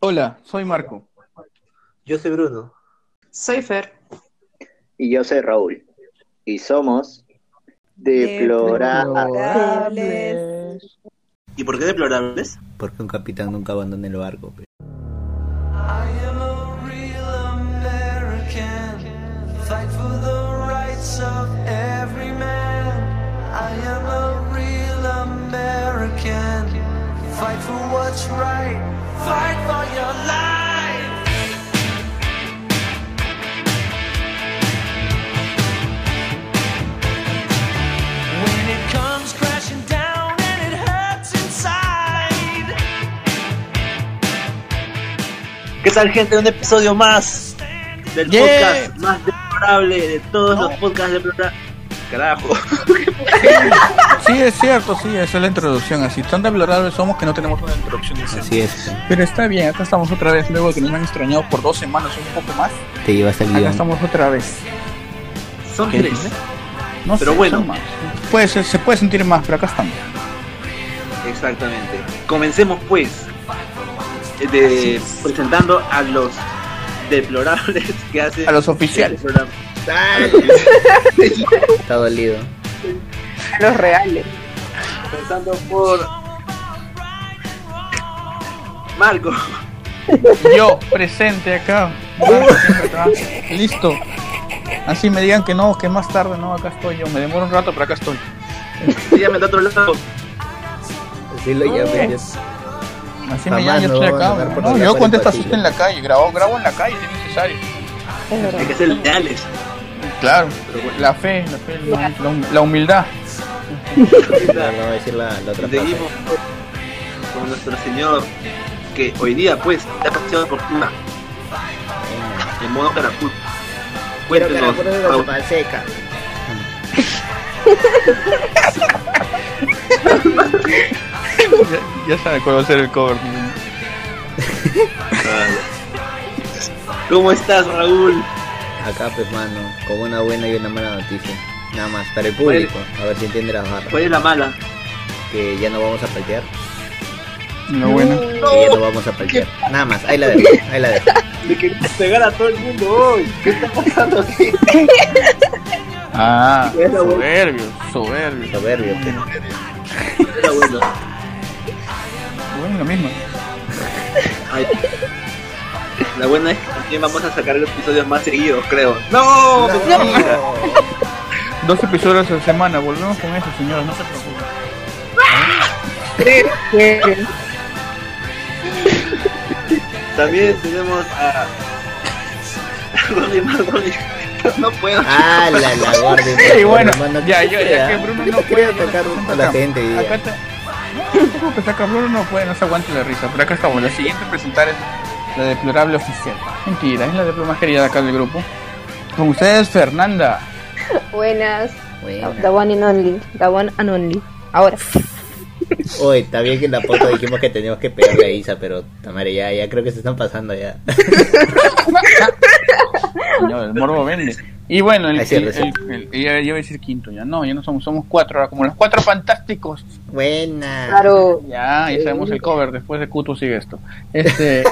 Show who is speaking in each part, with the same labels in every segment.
Speaker 1: Hola, soy Marco.
Speaker 2: Yo soy Bruno.
Speaker 3: Soy Fer.
Speaker 4: Y yo soy Raúl. Y somos deplorables.
Speaker 2: ¿Y por qué deplorables?
Speaker 5: Porque un capitán nunca abandona el barco. pe.
Speaker 6: I am a real American. Fight for the rights of every man. I am a real American. Fight for what's right. Fight for your life. When it comes crashing down and it hurts inside.
Speaker 2: ¿Qué tal, gente? Un episodio más del
Speaker 1: Yeah.
Speaker 2: podcast más deplorable de todos los podcasts deplorables. Carajo.
Speaker 1: Sí, es cierto, sí, esa es la introducción. Así tan deplorables somos que no tenemos una introducción. decente.
Speaker 5: Así es. pe.
Speaker 1: Pero está bien, acá estamos otra vez, luego de que nos han extrañado por dos semanas o un poco más.
Speaker 5: Te llevas el
Speaker 1: Acá
Speaker 5: guión.
Speaker 1: estamos otra vez.
Speaker 2: Son
Speaker 1: Gente,
Speaker 2: tres.
Speaker 1: No
Speaker 2: Pero
Speaker 1: sé,
Speaker 2: bueno.
Speaker 1: son más. Puede ser- se puede sentir más, pero acá estamos.
Speaker 2: Exactamente. Comencemos pues de- presentando a los deplorables que hacen
Speaker 1: A los oficiales.
Speaker 2: el programa.
Speaker 5: Está dolido.
Speaker 3: Los reales.
Speaker 2: Empezando por Marco.
Speaker 1: Yo, presente acá. Listo. Así me digan que no, que más tarde no, acá estoy yo. Me demoro un rato, pero acá estoy.
Speaker 2: Dígame de otro lado.
Speaker 5: Así lo llamé.
Speaker 1: Así
Speaker 5: Jamás
Speaker 1: me llaman, yo
Speaker 5: no
Speaker 1: estoy
Speaker 5: vamos a
Speaker 1: acá.
Speaker 5: andar
Speaker 1: ¿no?
Speaker 5: por
Speaker 1: No,
Speaker 5: la
Speaker 1: yo
Speaker 5: calle
Speaker 1: contesto
Speaker 5: patilla.
Speaker 1: asusto en la calle, grabo, grabo en la calle si es necesario.
Speaker 3: Es verdad.
Speaker 2: Hay que ser leales.
Speaker 1: Claro, la fe, la fe, la, la hum- la humildad.
Speaker 5: No, no voy a decir la, la otra frase.
Speaker 2: Seguimos con nuestro señor que hoy día pues está paseado por una
Speaker 5: Eh,
Speaker 2: en modo caracol. Cuéntenos. Raúl.
Speaker 4: seca.
Speaker 1: Ya, sabe cuál va a ser el cover.
Speaker 2: ¿Cómo estás Raúl?
Speaker 5: Acá, pues, mano, con una buena y una mala noticia. Nada más, para el público. A ver si entiende las barras.
Speaker 2: ¿Cuál es la mala?
Speaker 5: Que ya no vamos a paltear.
Speaker 1: Lo bueno.
Speaker 5: Que ya no vamos a paltear. Nada más, ahí la dejo. Ahí la dejo.
Speaker 2: De que pegar a todo el mundo hoy. ¿Qué está pasando aquí?
Speaker 1: Ah,
Speaker 2: Es lo bueno.
Speaker 1: soberbio, soberbio.
Speaker 5: Soberbio, pues. pe.
Speaker 2: Era bueno.
Speaker 1: Bueno, lo mismo.
Speaker 2: Ay. La buena es que también vamos a sacar los episodios más seguidos, creo. ¡No!
Speaker 1: Dos episodios a la semana, volvemos con eso, señores, no se preocupen.
Speaker 2: También tenemos a. Gordy Margoli. No puedo.
Speaker 5: Ah, la, la gorda.
Speaker 1: Sí, bueno,
Speaker 5: hermano,
Speaker 1: ya,
Speaker 5: ¿qué
Speaker 1: yo, ya
Speaker 5: crea?
Speaker 1: que Bruno no
Speaker 5: ¿Qué
Speaker 1: puede
Speaker 5: crea tocar
Speaker 1: acá-
Speaker 5: a la gente. hoy
Speaker 1: Acá
Speaker 5: día?
Speaker 1: está. No, no te preocupes, acá Bruno no puede, no se aguanta la risa. Pero acá estamos, la siguiente a presentar es la deplorable oficial. Mentira, es la deplorable más querida de acá del grupo. Con ustedes, Fernanda.
Speaker 3: Buenas.
Speaker 5: Bueno.
Speaker 3: The one and only. The one and only. Ahora.
Speaker 5: Oye, está bien que en la foto dijimos que teníamos que pegarle a Isa, pero Tamara, ya, ya creo que se están pasando ya.
Speaker 1: Señor, el morbo vende. Y bueno, el,
Speaker 5: Es cierto,
Speaker 1: el-
Speaker 5: es cierto.
Speaker 1: el- el- ya, ya iba a decir quinto ya. No, ya no somos, somos cuatro ahora, como los cuatro fantásticos.
Speaker 5: Buena.
Speaker 3: Claro.
Speaker 1: Ya, ya sabemos el cover, después de Cutu sigue esto. Este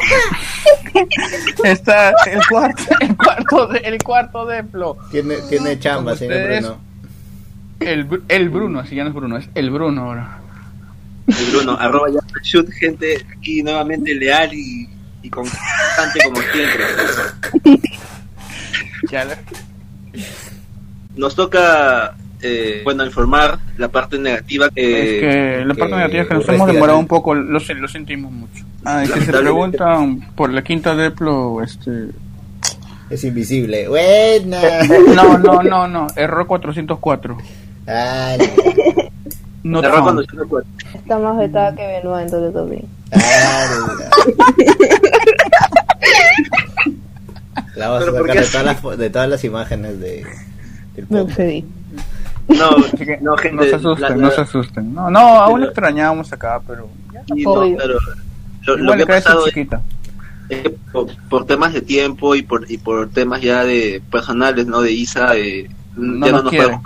Speaker 1: está el cuarto, el cuarto de- el cuarto deplo.
Speaker 5: Tiene, tiene chamba,
Speaker 1: Como
Speaker 5: señor
Speaker 1: ustedes.
Speaker 5: Bruno.
Speaker 1: El, Bru- el Bruno, así ya no es Bruno, es el Bruno ahora.
Speaker 2: Y Bruno, arroba ya shoot, gente. Aquí nuevamente leal y, y constante como siempre.
Speaker 1: Ya la-
Speaker 2: Nos toca. eh, bueno, informar la parte negativa
Speaker 1: es
Speaker 2: eh,
Speaker 1: que la parte
Speaker 5: que
Speaker 1: negativa es que nos
Speaker 5: Urresti
Speaker 1: hemos demorado
Speaker 5: ganó.
Speaker 1: un poco, lo, sen- lo sentimos mucho. Ah, y que se
Speaker 2: Lamentablemente.
Speaker 1: preguntan por la quinta deplo, este...
Speaker 5: Es invisible. Buena.
Speaker 1: No, no, no, no, error 404.
Speaker 5: Ay,
Speaker 1: No
Speaker 2: error cuando
Speaker 1: found.
Speaker 2: yo recuerdo.
Speaker 3: Está más vetada que Benua, entonces también.
Speaker 5: ay. La vamos a
Speaker 2: Pero ¿por qué
Speaker 5: sacar de
Speaker 2: así?
Speaker 5: todas, las, fo- de todas las imágenes de, del
Speaker 3: Me
Speaker 5: podcast.
Speaker 3: obsedí.
Speaker 2: No,
Speaker 1: Así que
Speaker 2: no, gente.
Speaker 1: no se
Speaker 2: la-
Speaker 1: asusten, no se asusten. No, no, aún lo extrañábamos acá, pero...
Speaker 2: sí, no,
Speaker 3: Obvio.
Speaker 2: pero lo, lo
Speaker 1: Igual
Speaker 2: que ha
Speaker 1: acá es
Speaker 2: pasado es
Speaker 1: chiquita.
Speaker 2: es que por, por temas de tiempo y por y por temas ya de personales no de Isa eh,
Speaker 1: No
Speaker 2: ya no
Speaker 1: nos
Speaker 2: nos
Speaker 1: quiere.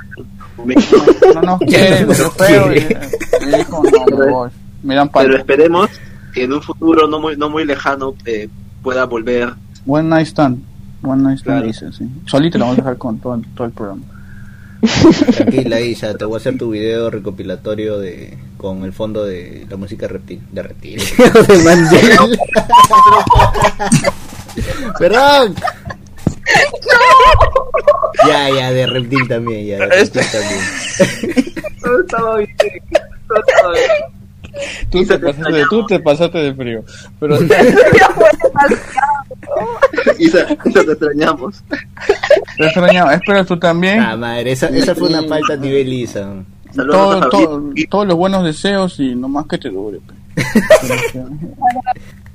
Speaker 2: podemos
Speaker 1: No nos
Speaker 5: Ya
Speaker 1: quiere el
Speaker 5: no nos
Speaker 1: trofeo y,
Speaker 5: quiere.
Speaker 1: y dijo, no, me voy. Me dan
Speaker 2: pero
Speaker 1: palo.
Speaker 2: esperemos que en un futuro no muy, no muy lejano eh, pueda volver.
Speaker 1: One Night Stand. One Night Stand
Speaker 2: Claro.
Speaker 1: dice, sí. Solito lo vamos a dejar con todo, todo el programa.
Speaker 5: Tranquila, Isa, te voy a hacer tu video recopilatorio de con el fondo de la música reptil, de reptil, de Mandela. Perdón. Ya, ya, de reptil también, ya, de reptil también.
Speaker 2: Todo estaba bien. Todo estaba bien.
Speaker 1: Tú te,
Speaker 2: Y se te
Speaker 1: pasaste de,
Speaker 2: extrañaba.
Speaker 1: tú te pasaste de frío. Pero
Speaker 2: Isa, Isa, te extrañamos.
Speaker 1: te extrañaba. Espera, tú también.
Speaker 5: Ah, madre, esa, esa fue una falta a nivel Isa.
Speaker 2: Saludos
Speaker 1: Todo-
Speaker 2: a
Speaker 1: todo-
Speaker 2: Fabi.
Speaker 1: todos los buenos deseos y nomás que te dure. pe.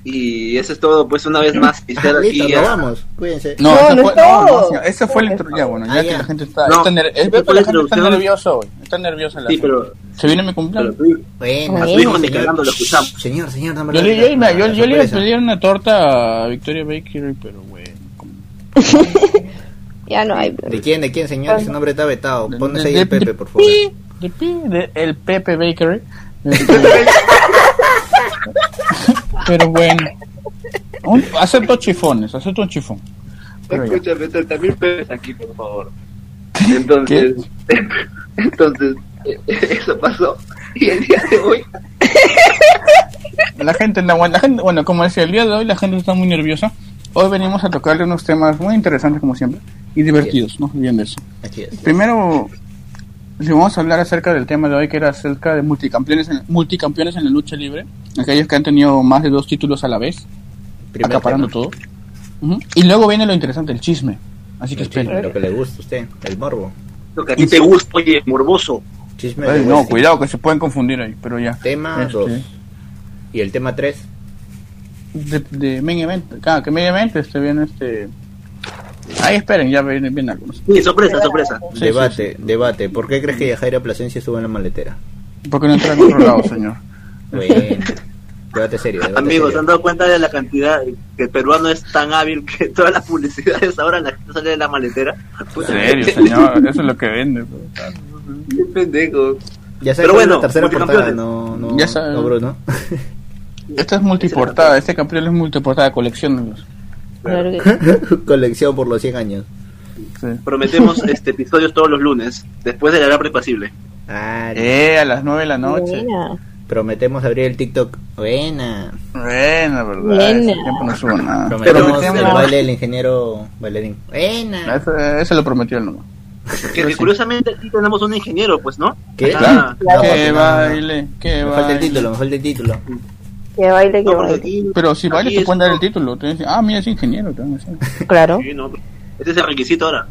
Speaker 2: Y eso es todo, pues una vez más, estar aquí.
Speaker 5: Ah, Listo,
Speaker 2: eh,
Speaker 5: nos vamos, cuídense.
Speaker 1: No,
Speaker 3: No,
Speaker 1: esa
Speaker 3: no
Speaker 1: fue,
Speaker 3: es todo.
Speaker 1: señor, esa fue la introducción. Ya, bueno, ya
Speaker 5: Ah,
Speaker 1: que
Speaker 5: ya.
Speaker 1: la gente está,
Speaker 2: No,
Speaker 1: está, ner- es-
Speaker 2: esa
Speaker 1: ve que la
Speaker 2: fue la
Speaker 1: gente está
Speaker 2: introducción.
Speaker 1: nerviosa hoy. Está nerviosa la
Speaker 2: Sí,
Speaker 1: gente.
Speaker 2: pero,
Speaker 1: Se viene mi
Speaker 2: pero
Speaker 1: cumpleaños.
Speaker 2: tú-
Speaker 5: Bueno,
Speaker 3: A su
Speaker 5: bueno,
Speaker 2: hijo ni
Speaker 5: señor.
Speaker 2: cagando lo escuchamos.
Speaker 5: Señor, señor, dame
Speaker 1: Yo
Speaker 5: la-
Speaker 1: le, yo, iba- yo-
Speaker 5: la
Speaker 1: yo le iba a
Speaker 5: sorpresa.
Speaker 1: pedir una torta a Victoria Bakery, pero bueno. como-
Speaker 3: Ya no hay.
Speaker 5: ¿De quién, de quién, señor? Ese nombre está vetado. Pones ahí
Speaker 1: de-
Speaker 5: el
Speaker 1: de-
Speaker 5: Pepe, por favor.
Speaker 1: pi, De, pi, de- el Pepe Bakery. Este, pero bueno. Un- acepto chifones, acepto un chifón. Pero ya.
Speaker 2: Escúchame, 30 mil pesos aquí, por favor. Entonces, entonces, eh, eso pasó. Y el día de hoy,
Speaker 1: La gente no aguanta. La gente, bueno, como decía, el día de hoy la gente está muy nerviosa. Hoy venimos a tocarle unos temas muy interesantes, como siempre, y divertidos, no se olviden de eso.
Speaker 5: Así es.
Speaker 1: Primero, si vamos a hablar acerca del tema de hoy, que era acerca de multicampeones en, multicampeones en la lucha libre, aquellos que han tenido más de dos títulos a la vez,
Speaker 5: Primer
Speaker 1: acaparando
Speaker 5: tema.
Speaker 1: todo. Ujú. Y luego viene lo interesante, el chisme. Así que
Speaker 5: El chisme,
Speaker 1: esperen.
Speaker 5: Lo que le gusta a usted, el morbo.
Speaker 2: lo que a ti te gusta, oye, morboso.
Speaker 5: Chisme
Speaker 1: Ay,
Speaker 5: de
Speaker 1: no,
Speaker 5: Westing.
Speaker 1: cuidado, que se pueden confundir ahí, pero ya.
Speaker 5: Tema
Speaker 1: Este,
Speaker 5: 2. Y el tema 3.
Speaker 1: De, de main event. Claro, que main event este, viene este. Ahí esperen, ya vienen vienen algunos.
Speaker 2: Sí, sorpresa, sorpresa.
Speaker 1: Sí,
Speaker 5: debate, debate. ¿Por qué crees que Yajaira Plasencia estuvo en la maletera?
Speaker 1: Porque no entra en otro lado, señor.
Speaker 5: Bueno. debate serio. Debate
Speaker 2: Amigos, ¿se han
Speaker 5: serio.
Speaker 2: dado cuenta de la cantidad que el peruano es tan hábil que todas las publicidades ahora la gente sale de la maletera?
Speaker 1: En serio, señor, eso es lo que vende. pues.
Speaker 2: Qué pendejo.
Speaker 5: Ya
Speaker 2: Pero
Speaker 5: sabes cuál es la
Speaker 2: bueno,
Speaker 5: tercera portada,
Speaker 2: multicampeones.
Speaker 5: no, no,
Speaker 1: Ya saben.
Speaker 5: no, Bruno.
Speaker 1: Esta es multiportada, este campeón es multiportada, colecciónenlos.
Speaker 3: Claro que sí.
Speaker 5: Colección por los 100 años.
Speaker 1: Sí.
Speaker 2: Prometemos este episodios todos los lunes, después de la hora pasible.
Speaker 5: Ah,
Speaker 1: Eh, a las 9 de la noche.
Speaker 3: Buena.
Speaker 5: prometemos abrir el TikTok. Buena.
Speaker 1: Buena, verdad.
Speaker 3: Buena.
Speaker 1: Ese tiempo no subo nada.
Speaker 5: Prometemos el
Speaker 1: Ah, Prometemos- Ah,
Speaker 5: baile del ingeniero bailarín. Buena.
Speaker 1: Ese, ese lo prometió el nomás.
Speaker 2: Que
Speaker 1: Sí.
Speaker 2: curiosamente aquí tenemos un ingeniero, pues, ¿no?
Speaker 5: ¿Qué?
Speaker 2: Ah,
Speaker 5: No, papi,
Speaker 1: que
Speaker 5: no, no.
Speaker 1: baile, que
Speaker 5: Me falta el
Speaker 1: baile.
Speaker 5: título, me falta el título.
Speaker 3: Que baile, que
Speaker 2: no, porque
Speaker 3: baile.
Speaker 2: aquí-
Speaker 1: Pero si baile
Speaker 2: aquí
Speaker 1: te
Speaker 2: es-
Speaker 1: pueden dar el título. Te dicen, ah, mira, es ingeniero. Te van a decir.
Speaker 3: Claro.
Speaker 2: Sí, no, Ese es el requisito ahora.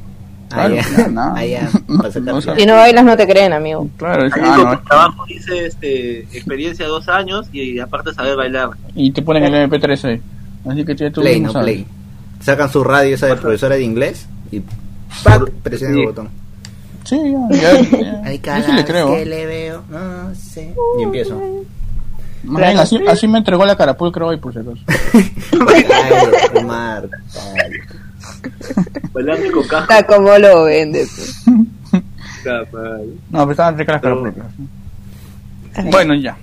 Speaker 5: Ah,
Speaker 1: Claro,
Speaker 5: ya.
Speaker 1: no, no.
Speaker 5: Ah, ya.
Speaker 1: No,
Speaker 5: Pasa
Speaker 1: no
Speaker 5: cambio.
Speaker 1: sé.
Speaker 3: Si no bailas, no te creen, amigo.
Speaker 1: Claro, dicen,
Speaker 2: Ahí
Speaker 1: ah,
Speaker 2: con
Speaker 1: no.
Speaker 2: tu trabajo dice este, experiencia dos años y aparte saber bailar.
Speaker 1: Y te ponen el MP3 ahí. Así que ya tú
Speaker 5: Play,
Speaker 1: mismo
Speaker 5: no
Speaker 1: sabes.
Speaker 5: play. Sacan su radio esa de profesora de inglés y ¡pac! presionan
Speaker 2: Sí.
Speaker 5: el botón.
Speaker 1: Sí, ya, ya, ya.
Speaker 5: Ay,
Speaker 1: Yo sí le creo.
Speaker 5: le veo, no sé. Y empiezo.
Speaker 1: Más bien, así, así me entregó la carapul, creo, hoy, por si acaso.
Speaker 5: Ay, fumar. tal.
Speaker 2: Bailando con caja.
Speaker 3: Está como lo vende. pues.
Speaker 1: No, pero estaban ricas las carapulas. Bueno, ya.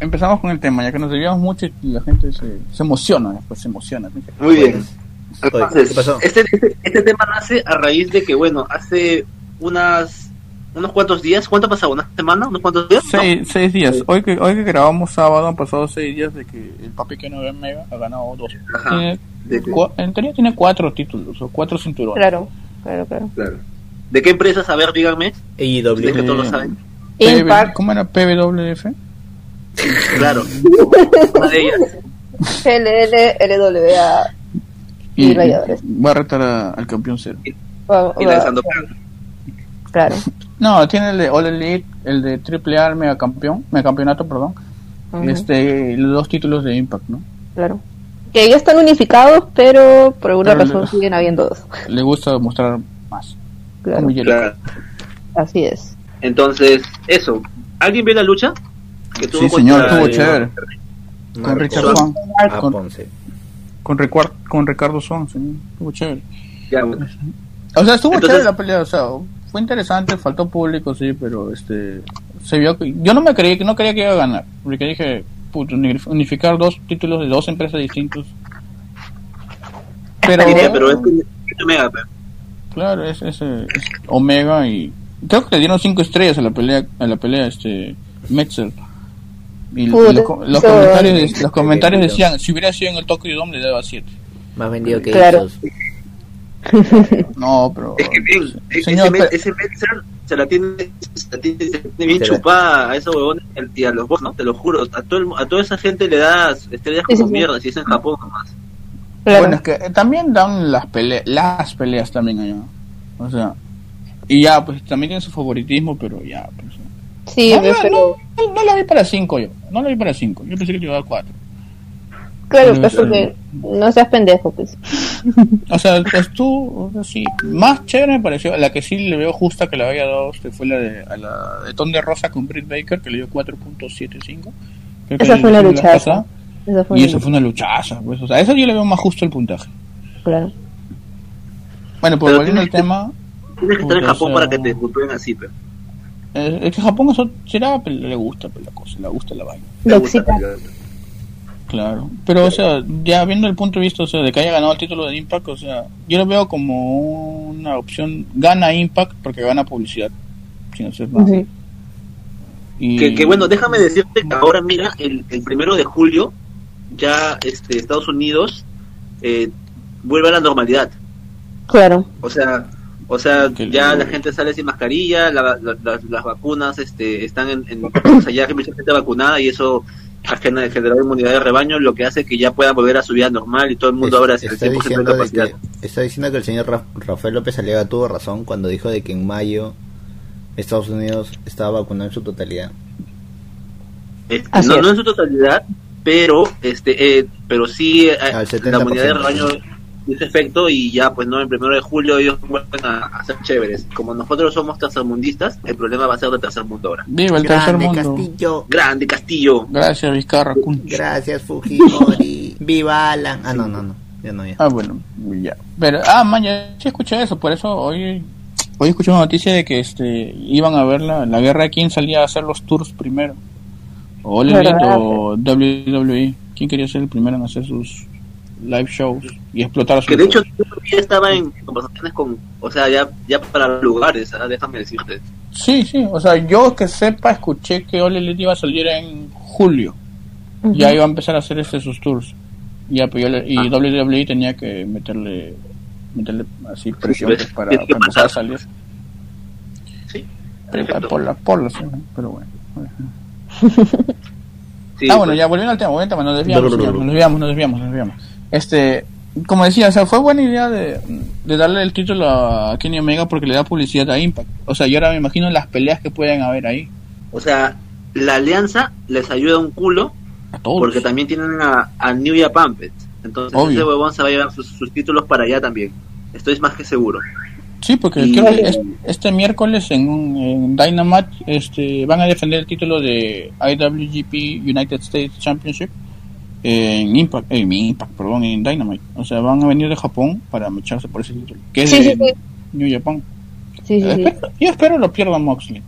Speaker 1: Empezamos con el tema, ya que nos debíamos mucho y la gente se, se emociona después, se emociona.
Speaker 2: Muy bien.
Speaker 5: Bueno,
Speaker 2: Entonces,
Speaker 5: ¿qué pasó?
Speaker 2: Este, este, este tema nace a raíz de que, bueno, hace unas unos cuantos días, ¿cuánto ha pasado? ¿Una semana? ¿Unos cuantos días? No.
Speaker 1: Seis, seis días. Hoy que, hoy que grabamos sábado han pasado seis días de que el papi que no ve Mega ha ganado dos.
Speaker 2: Ajá.
Speaker 1: Tiene
Speaker 2: De, de-
Speaker 1: cua- en teoría tiene cuatro títulos o cuatro cinturones.
Speaker 3: Claro, claro, claro.
Speaker 2: claro. ¿De qué empresas? A ver, díganme.
Speaker 5: y
Speaker 2: Es
Speaker 5: W.
Speaker 2: que todos lo saben.
Speaker 1: PB
Speaker 3: Impact,
Speaker 1: ¿Cómo era PWF?
Speaker 2: Claro. Una de ellas.
Speaker 3: GLL, LWA. Y Rayadores.
Speaker 1: va a retar a- al campeón cero.
Speaker 3: Va-
Speaker 2: Y la de
Speaker 3: va-
Speaker 2: Sandokan.
Speaker 3: Claro.
Speaker 1: No, tiene el de All Elite, el de Triple A, el mega campeón, mega campeonato, perdón.
Speaker 3: Ujú,
Speaker 1: Este, y los dos títulos de Impact, ¿no?
Speaker 3: Claro. Que ya están unificados, pero por alguna
Speaker 1: Pero-
Speaker 3: razón siguen habiendo dos.
Speaker 1: Le gusta mostrar más.
Speaker 3: Claro.
Speaker 1: Como Jericho.
Speaker 2: Claro.
Speaker 3: Así es.
Speaker 2: Entonces, eso. ¿Alguien vio la lucha? Que
Speaker 1: Sí, señor,
Speaker 2: contra,
Speaker 1: estuvo
Speaker 2: eh,
Speaker 1: chévere. Con
Speaker 5: Marco
Speaker 1: Richard Swan.
Speaker 2: Ah,
Speaker 5: A
Speaker 2: pues.
Speaker 1: Con,
Speaker 5: Ponce.
Speaker 1: con Ricard- con Ricardo Swan, señor. Estuvo chévere.
Speaker 2: Ya, bueno.
Speaker 1: O sea, estuvo
Speaker 2: Entonces-
Speaker 1: chévere la pelea. O sea, fue interesante, faltó público, sí, pero este. Se vio que. Yo no me creí, no creía que iba a ganar. Porque dije, puto, unificar dos títulos de dos empresas distintas. Pero,
Speaker 2: Diría, pero es que es mega, pero.
Speaker 1: claro, es, es, eh, es Omega y creo que le dieron cinco estrellas a la pelea a la pelea este Metzer. Y, y los, co- los
Speaker 3: Puta,
Speaker 1: comentarios los comentarios decían, si hubiera sido en el Tokyo Dome le daba 7.
Speaker 5: Más vendido que
Speaker 3: Claro.
Speaker 5: esos.
Speaker 1: No, pero
Speaker 2: Es que bien, es-
Speaker 1: señor,
Speaker 2: ese, Met-
Speaker 1: pero-
Speaker 2: ese Metzer se la tiene, se la tiene, se la tiene bien
Speaker 5: Se la-
Speaker 2: chupada a esos huevones y al- y a los bots, ¿no? Te lo juro, a, todo el mu- a toda esa gente le das estrellas
Speaker 3: Sí,
Speaker 2: como
Speaker 3: sí, sí.
Speaker 2: mierda, si es en Japón nomás.
Speaker 3: Claro.
Speaker 1: Bueno, es que eh, también dan las peleas, las peleas también allá. O sea, y ya, pues también tiene su favoritismo, pero ya. Pues,
Speaker 3: sí,
Speaker 1: no,
Speaker 3: pues,
Speaker 1: no,
Speaker 3: pero.
Speaker 1: no, no la vi para 5 yo. No la vi para 5. Yo pensé que le iba a dar 4.
Speaker 3: Claro,
Speaker 1: no
Speaker 3: pues
Speaker 1: sé.
Speaker 3: porque no seas pendejo, pues.
Speaker 1: O sea, pues tú, o sea, sí. Más chévere me pareció. La que sí le veo justa que la había dado este, fue la de, a la de Ton de Rosa con Britt Baker, que le dio 4.75. Creo que
Speaker 3: Esa fue
Speaker 1: la
Speaker 3: una
Speaker 1: vez
Speaker 3: luchaza.
Speaker 1: pasada.
Speaker 3: Esa fue
Speaker 1: Y
Speaker 3: una
Speaker 1: eso fue una luchaza. Pues, o sea, eso yo le veo más justo el puntaje.
Speaker 3: Claro.
Speaker 1: Bueno, pues
Speaker 2: Pero
Speaker 1: volviendo al
Speaker 2: tiene-
Speaker 1: tema.
Speaker 2: Tienes que estar en
Speaker 1: Puta,
Speaker 2: Japón
Speaker 1: o sea,
Speaker 2: para que te disculpen así, pero.
Speaker 1: eh, Es que Japón eso será, pero le gusta pues, la cosa, le gusta la vaina.
Speaker 2: Te
Speaker 3: Lo
Speaker 2: gusta,
Speaker 3: excita.
Speaker 2: pero-
Speaker 1: Claro, pero o sea, ya viendo el punto de vista, o sea, de que haya ganado el título de Impact, o sea, yo lo veo como una opción, gana Impact porque gana publicidad, sin hacer nada.
Speaker 3: Ujú.
Speaker 1: Y-
Speaker 2: Que, que bueno, déjame decirte que ahora, mira, el, el primero de julio, ya este, Estados Unidos eh, vuelve a la normalidad.
Speaker 3: Claro.
Speaker 2: O sea, o sea
Speaker 1: Qué
Speaker 2: ya
Speaker 1: lindo.
Speaker 2: la gente sale sin mascarilla, la- la- las- las vacunas este, están en, en- O sea, ya hay mucha gente vacunada y eso ha gener- generado inmunidad de rebaño, lo que hace que ya puedan volver a su vida normal y todo el mundo
Speaker 5: Es-
Speaker 2: ahora
Speaker 5: está, diciendo de que, está diciendo que el señor Ra- Rafael López Alega tuvo razón cuando dijo de que en mayo Estados Unidos estaba vacunado en su totalidad.
Speaker 2: Este,
Speaker 3: Así
Speaker 2: no,
Speaker 3: es.
Speaker 2: no en su totalidad, pero este, eh, pero sí eh,
Speaker 5: Al 70%.
Speaker 2: la unidad de rebaño hizo efecto y ya, pues no, el primero de julio ellos vuelven a, a ser chéveres. Como nosotros somos tercermundistas, el problema va a ser de tercer mundo ahora.
Speaker 1: Viva el tercer
Speaker 5: Grande
Speaker 1: mundo.
Speaker 5: Castillo.
Speaker 2: Grande Castillo.
Speaker 1: Gracias, Vizcarra. Kun.
Speaker 5: Gracias Fujimori. Viva Alan. Ah, no, no, no. Ya no, ya.
Speaker 1: Ah, bueno, ya. Pero, ah, man, ya sí escuché eso, por eso hoy hoy escuché una noticia de que este iban a ver la, la guerra, quién salía a hacer los tours primero. O All Elite
Speaker 3: ¿Verdad?
Speaker 1: o WWE. E, ¿Quién quería ser el primero en hacer sus live shows y explotar sus
Speaker 2: Que de hecho yo ya estaba en conversaciones con, o sea, ya, ya para lugares, ¿ah? déjame decirte.
Speaker 1: Sí, sí, o sea, yo que sepa, escuché que All Elite iba a salir en julio. Ya iba a empezar a hacer este sus tours. Ya, pues, yo le- y
Speaker 2: Ah.
Speaker 1: WWE tenía que meterle meterle así presión
Speaker 2: pues,
Speaker 1: para,
Speaker 2: tiene que
Speaker 1: para empezar a
Speaker 2: matar.
Speaker 1: salir.
Speaker 2: Sí,
Speaker 1: Pero,
Speaker 2: perfecto.
Speaker 1: Por la, por la, sí, pero bueno.
Speaker 2: Sí,
Speaker 1: ah, bueno,
Speaker 2: pues,
Speaker 1: ya volviendo al tema, volviendo al tema, nos desviamos,
Speaker 5: No, no, no,
Speaker 1: ya,
Speaker 5: no.
Speaker 1: nos desviamos, nos desviamos, nos desviamos. Este, como decía, o sea, fue buena idea de, de darle el título a Kenny Omega porque le da publicidad a Impact. O sea, yo ahora me imagino las peleas que pueden haber ahí.
Speaker 2: O sea, la alianza les ayuda un culo
Speaker 1: A todos.
Speaker 2: porque también tienen a, a New Japan. pues. Entonces
Speaker 1: Obvio.
Speaker 2: ese huevón se va a llevar sus, sus títulos para allá también. Estoy más que seguro.
Speaker 1: Sí, porque
Speaker 2: Y-
Speaker 1: creo que es- este miércoles en, un- en Dynamite este, van a defender el título de IWGP United States Championship en Impact, eh, en Impact, perdón, en Dynamite. O sea, van a venir de Japón para lucharse por ese título, que es
Speaker 3: Sí,
Speaker 1: de
Speaker 3: sí, sí.
Speaker 1: New Japan.
Speaker 3: Sí, sí, sí.
Speaker 1: Espero- yo espero lo pierda Moxley,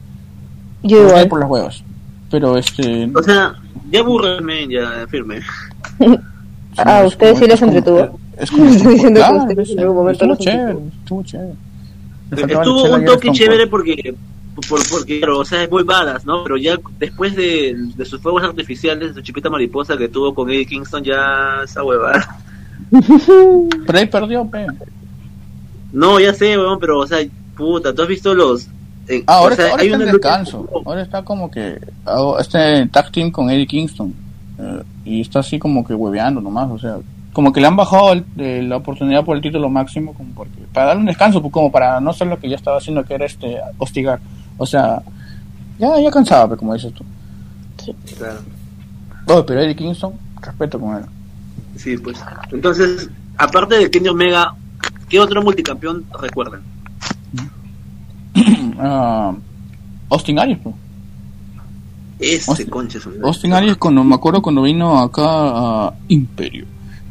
Speaker 1: lo
Speaker 3: Yo
Speaker 1: sé
Speaker 3: igual. Pues,
Speaker 1: por los huevos. Pero este
Speaker 2: O sea, ya aburreme, ya firme.
Speaker 3: Ah,
Speaker 1: es
Speaker 3: ustedes
Speaker 1: como-
Speaker 3: sí les
Speaker 1: es como-
Speaker 3: entretuvo.
Speaker 1: es como-
Speaker 3: Estoy diciendo que
Speaker 1: claro,
Speaker 3: ustedes en
Speaker 1: es-
Speaker 3: algún momento
Speaker 1: estuvo
Speaker 3: los
Speaker 1: chévere,
Speaker 3: entretuvo.
Speaker 1: estuvo chévere. Le faltaba la
Speaker 2: Estuvo
Speaker 1: chela
Speaker 2: un
Speaker 1: y era
Speaker 2: toque
Speaker 1: Stone Cold.
Speaker 2: chévere porque, por- porque claro, o sea, es muy balas, ¿no? Pero ya después de, de sus fuegos artificiales, de su chipita mariposa que tuvo con Eddie Kingston, ya esa huevada.
Speaker 1: Pero ahí perdió, pe.
Speaker 2: No, ya sé, huevón, pero, o sea, puta, ¿tú has visto los...? eh,
Speaker 1: Ah, ahora,
Speaker 2: o sea,
Speaker 1: ahora está en
Speaker 2: lucha-
Speaker 1: descanso. Ahora está como que ah, está en tag team con Eddie Kingston. eh, y está así como que hueveando nomás. O sea, como que le han bajado el- eh, la oportunidad por el título máximo como porque, para darle un descanso, pues, como para no hacer lo que ya estaba haciendo, que era este hostigar. O sea, ya, ya cansaba, pe, como dices tú.
Speaker 2: Claro.
Speaker 1: Oh, pero Eddie Kingston, respeto con él.
Speaker 2: Sí, pues. Entonces, aparte de Kenny Omega, ¿qué otro multicampeón recuerdan?
Speaker 1: Ah, Austin Aries, pues.
Speaker 2: Ese
Speaker 1: Austin-
Speaker 2: conche su madre.
Speaker 1: Austin Aries, cuando, me acuerdo cuando vino acá a Imperio,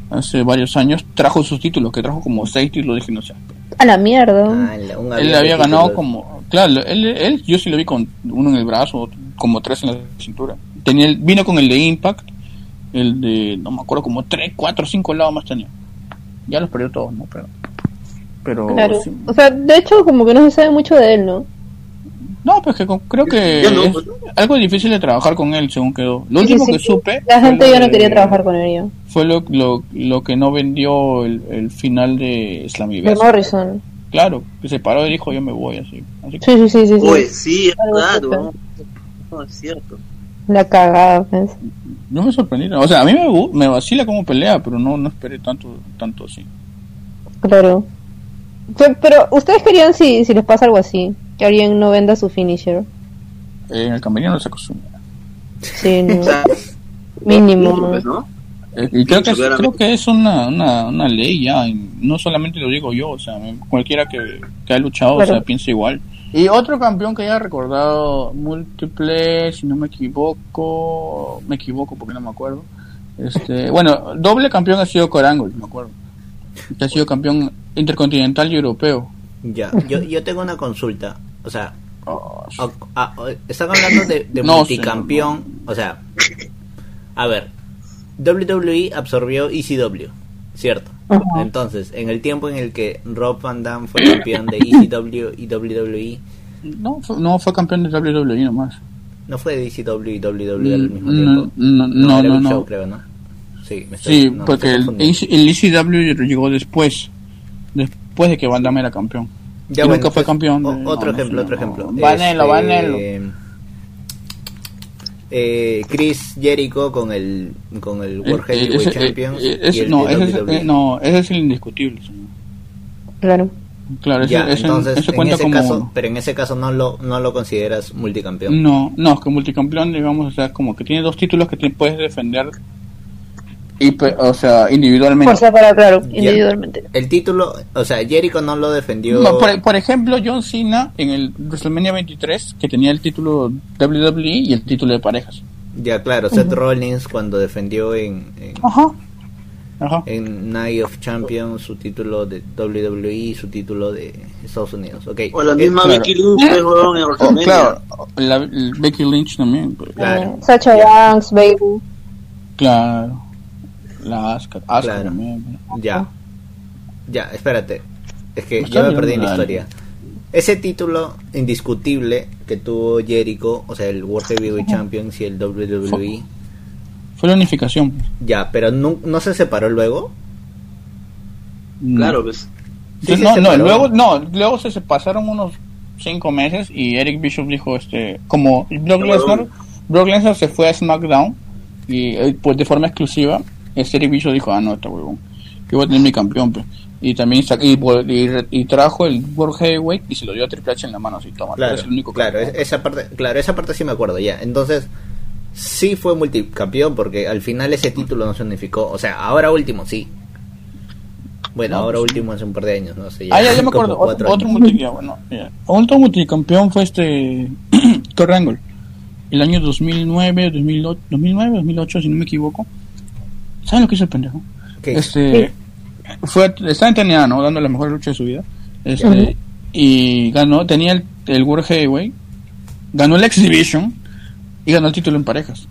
Speaker 1: hace varios años, trajo sus títulos, que trajo como seis títulos, dije, no sé.
Speaker 3: A la mierda.
Speaker 5: Ah, la- un avión
Speaker 1: Él
Speaker 5: de
Speaker 1: había
Speaker 5: títulos.
Speaker 1: ganado como, claro, él, él, yo sí lo vi con uno en el brazo, otro- como tres en la cintura. Tenía, el- vino con el de Impact, el de, no me acuerdo, como 3, 4, 5 lados más tenía. Ya los perdió todos, ¿no? Pero, pero
Speaker 3: Claro.
Speaker 1: sí.
Speaker 3: O sea, de hecho, como que no se sabe mucho de él, ¿no?
Speaker 1: No, pues que con- creo que
Speaker 2: Yo no,
Speaker 1: es
Speaker 2: pues, no.
Speaker 1: algo difícil de trabajar con él, según quedó. Lo
Speaker 3: Sí,
Speaker 1: último
Speaker 3: sí,
Speaker 1: que
Speaker 3: sí.
Speaker 1: supe...
Speaker 3: La
Speaker 1: fue
Speaker 3: gente
Speaker 1: lo
Speaker 3: ya no
Speaker 1: de-
Speaker 3: quería trabajar con él.
Speaker 1: Fue lo, lo, lo que no vendió el, el final de
Speaker 3: ya. De
Speaker 1: Slammiversary.
Speaker 3: Morrison.
Speaker 1: Claro, que se paró y dijo, yo me voy, así. así
Speaker 3: Sí, sí, sí, sí. sí.
Speaker 2: Oye, pues, sí, es
Speaker 3: Algo
Speaker 2: verdad,
Speaker 3: así,
Speaker 2: weón. No, es cierto.
Speaker 3: La cagada, pues.
Speaker 1: No me sorprendí. O sea, a mí me, gu- me vacila como pelea, pero no, no esperé tanto, tanto así.
Speaker 3: Claro. Pero, pero, ¿ustedes querían si, si les pasa algo así? Que alguien no venda su finisher.
Speaker 1: Eh, en el camerino no se acostumbra.
Speaker 3: Sí, no.
Speaker 2: O sea,
Speaker 3: Mínimo.
Speaker 2: mucho, pues, ¿no?
Speaker 1: Eh, y creo que, es,
Speaker 2: Seguramente.
Speaker 1: creo que es una, una, una ley ya, y no solamente lo digo yo, o sea, cualquiera que, que ha luchado,
Speaker 3: Claro.
Speaker 1: o sea, piensa igual. Y otro campeón que haya recordado múltiple, si no me equivoco, me equivoco porque no me acuerdo. Este, bueno, doble campeón ha sido Corangle, me acuerdo. Que ha sido campeón intercontinental y europeo.
Speaker 5: Ya, yo, yo tengo una consulta. O sea,
Speaker 1: Ah,
Speaker 5: o- a- o- están hablando de, de
Speaker 1: No,
Speaker 5: multicampeón. O sea, a ver, WWE absorbió ECW, ¿cierto?
Speaker 3: Ajá.
Speaker 5: Entonces, en el tiempo en el que Rob Van Damme fue campeón de ECW y E, WWE,
Speaker 1: no, fue- no fue campeón de WWE nomás.
Speaker 5: ¿no fue de ECW y WWE al mismo
Speaker 1: No,
Speaker 5: tiempo?
Speaker 1: Mm, no, no,
Speaker 5: era
Speaker 1: no,
Speaker 5: Big
Speaker 1: no.
Speaker 5: Show, creo, ¿no? Sí, me estoy-
Speaker 1: Sí,
Speaker 5: no, me
Speaker 1: porque
Speaker 5: estoy
Speaker 1: el,
Speaker 5: confundiendo.
Speaker 1: el ECW llegó después, después de que Van Damme era campeón.
Speaker 5: Ya,
Speaker 1: Y
Speaker 5: bueno,
Speaker 1: nunca fue
Speaker 5: entonces,
Speaker 1: campeón de-
Speaker 5: o-
Speaker 1: no,
Speaker 5: otro
Speaker 1: no,
Speaker 5: ejemplo,
Speaker 1: sí,
Speaker 5: otro
Speaker 1: no.
Speaker 5: ejemplo. Este,
Speaker 1: Vanelo, vanelo.
Speaker 5: eh, Chris Jericho con el con el World
Speaker 1: Eh, eh,
Speaker 5: Heavyweight
Speaker 1: ese- eh,
Speaker 5: Champions
Speaker 1: eh,
Speaker 5: y
Speaker 1: ese-
Speaker 5: el
Speaker 1: no,
Speaker 5: de E.
Speaker 1: ese es-
Speaker 5: WWE.
Speaker 1: eh, no, ese es el indiscutible. señor.
Speaker 3: Claro.
Speaker 1: Claro, ese,
Speaker 5: ya,
Speaker 1: ese-
Speaker 5: entonces
Speaker 1: ese
Speaker 5: en
Speaker 1: cuenta
Speaker 5: ese
Speaker 1: como... Mm.
Speaker 5: caso, pero en ese caso no lo no lo consideras multicampeón.
Speaker 1: No, no, es que multicampeón, digamos, o sea, como que tiene dos títulos que te puedes defender, y, pe- o sea, individualmente.
Speaker 3: O sea, para, claro,
Speaker 5: Ya.
Speaker 3: individualmente.
Speaker 5: El título, o sea, Jericho no lo defendió.
Speaker 1: No, por, por ejemplo, John Cena en el WrestleMania 23, que tenía el título WWE y el título de parejas.
Speaker 5: Ya claro, Seth Rollins cuando defendió en, en,
Speaker 1: Ajá. Ajá.
Speaker 5: en Night of Champions su título de WWE y su título de Estados Unidos. Okay.
Speaker 2: O la
Speaker 5: eh,
Speaker 2: misma
Speaker 1: claro.
Speaker 2: Becky Lynch, pues, weón, en
Speaker 1: Oh,
Speaker 2: WrestleMania.
Speaker 1: claro, la- el Becky Lynch también. pues,
Speaker 5: Claro.
Speaker 3: Eh, Sacha Banks, Baby.
Speaker 1: Claro. La Asuka, Asuka
Speaker 5: Claro.
Speaker 1: también, pues.
Speaker 5: Ya. Ya, espérate. Es que
Speaker 1: Está
Speaker 5: yo me
Speaker 1: bien,
Speaker 5: perdí en la
Speaker 1: dale.
Speaker 5: historia. Ese título indiscutible que tuvo Jericho, o sea, el World Heavyweight Champions y el WWE,
Speaker 1: Fue la unificación. pues.
Speaker 5: ya, pero no, no se separó luego.
Speaker 1: No.
Speaker 2: Claro, pues.
Speaker 5: Sí, sí,
Speaker 1: no,
Speaker 5: se
Speaker 1: no,
Speaker 5: paró.
Speaker 1: luego, no, luego se, se pasaron unos cinco meses y Eric Bishop dijo, este, como Brock
Speaker 2: Pero-
Speaker 1: Lesnar, Brock Lesnar se fue a SmackDown y eh, pues de forma exclusiva, este Eric Bishop dijo, ah, no, está huevón, que voy a tener mi campeón, pues. Y también sa- y, vol- y re- y trajo el World Heavyweight y se lo dio a Triple H en la mano, así, toma, tú
Speaker 5: Claro,
Speaker 1: eres el único
Speaker 5: claro,
Speaker 1: campeón.
Speaker 5: es- esa parte, claro, esa parte sí me acuerdo ya. Entonces, sí fue multicampeón porque al final ese título no se unificó, o sea, ahora último sí. Bueno,
Speaker 1: No,
Speaker 5: ahora
Speaker 1: pues
Speaker 5: último hace un par de años, no sé.
Speaker 1: Ah, ya, ya me
Speaker 5: como
Speaker 1: acuerdo.
Speaker 5: cuatro
Speaker 1: Otro, otro
Speaker 5: años.
Speaker 1: multi- ya, bueno, ya. Otro multicampeón fue este Torrangle. El año 2009, 2008, 2009, 2008, si no me equivoco. ¿Saben lo que hizo el pendejo?
Speaker 5: ¿Qué hizo?
Speaker 1: Este, fue, estaba en TNA, ¿no? Dando la mejor lucha de su vida. Este,
Speaker 3: Ujú.
Speaker 1: Y ganó, tenía el, el World Heavyweight, ganó el Exhibition y ganó el título en parejas.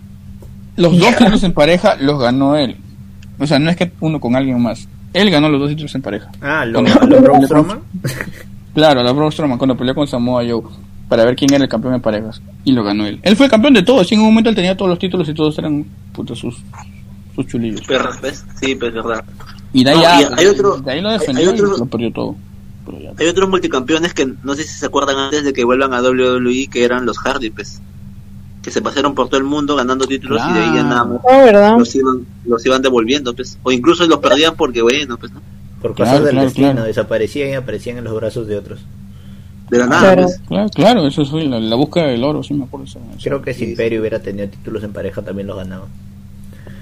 Speaker 1: Los dos títulos en pareja los ganó él. O sea, no es que uno con alguien más. Él ganó los dos títulos en pareja.
Speaker 5: Ah, lo,
Speaker 1: Con-
Speaker 5: lo Braun
Speaker 1: con-
Speaker 5: Strowman.
Speaker 1: Claro, la Braun Strowman cuando peleó con Samoa Joe para ver quién era el campeón de parejas y lo ganó él. Él fue campeón de todos, y en un momento él tenía todos los títulos y todos eran puta, sus sus chulillos.
Speaker 2: Perras, pues. Sí, pues, verdad.
Speaker 1: Y de ahí,
Speaker 2: No,
Speaker 1: ya-
Speaker 2: y hay otro-
Speaker 1: de ahí lo
Speaker 2: hay-
Speaker 1: defendió
Speaker 2: hay otro-
Speaker 1: y lo perdió todo. Pero ya.
Speaker 2: Hay otros multicampeones que no sé si se acuerdan antes de que vuelvan a WWE, que eran los Hardy, pues. Que se pasaron por todo el mundo ganando títulos y de ahí ya nada más
Speaker 3: No, ¿verdad?
Speaker 2: los iban, los iban devolviendo, pues. O incluso los perdían porque, bueno, pues, ¿no?
Speaker 5: Por cosas
Speaker 1: Claro,
Speaker 5: del
Speaker 1: claro,
Speaker 5: destino,
Speaker 1: claro.
Speaker 5: desaparecían y aparecían en los brazos de otros.
Speaker 2: De la nada,
Speaker 3: Claro.
Speaker 2: pues.
Speaker 1: Claro, claro, eso fue la, la búsqueda del oro, sí me acuerdo. esa- esa-
Speaker 5: Creo que si
Speaker 2: Sí, sí.
Speaker 5: Imperio hubiera tenido títulos en pareja también los ganaba.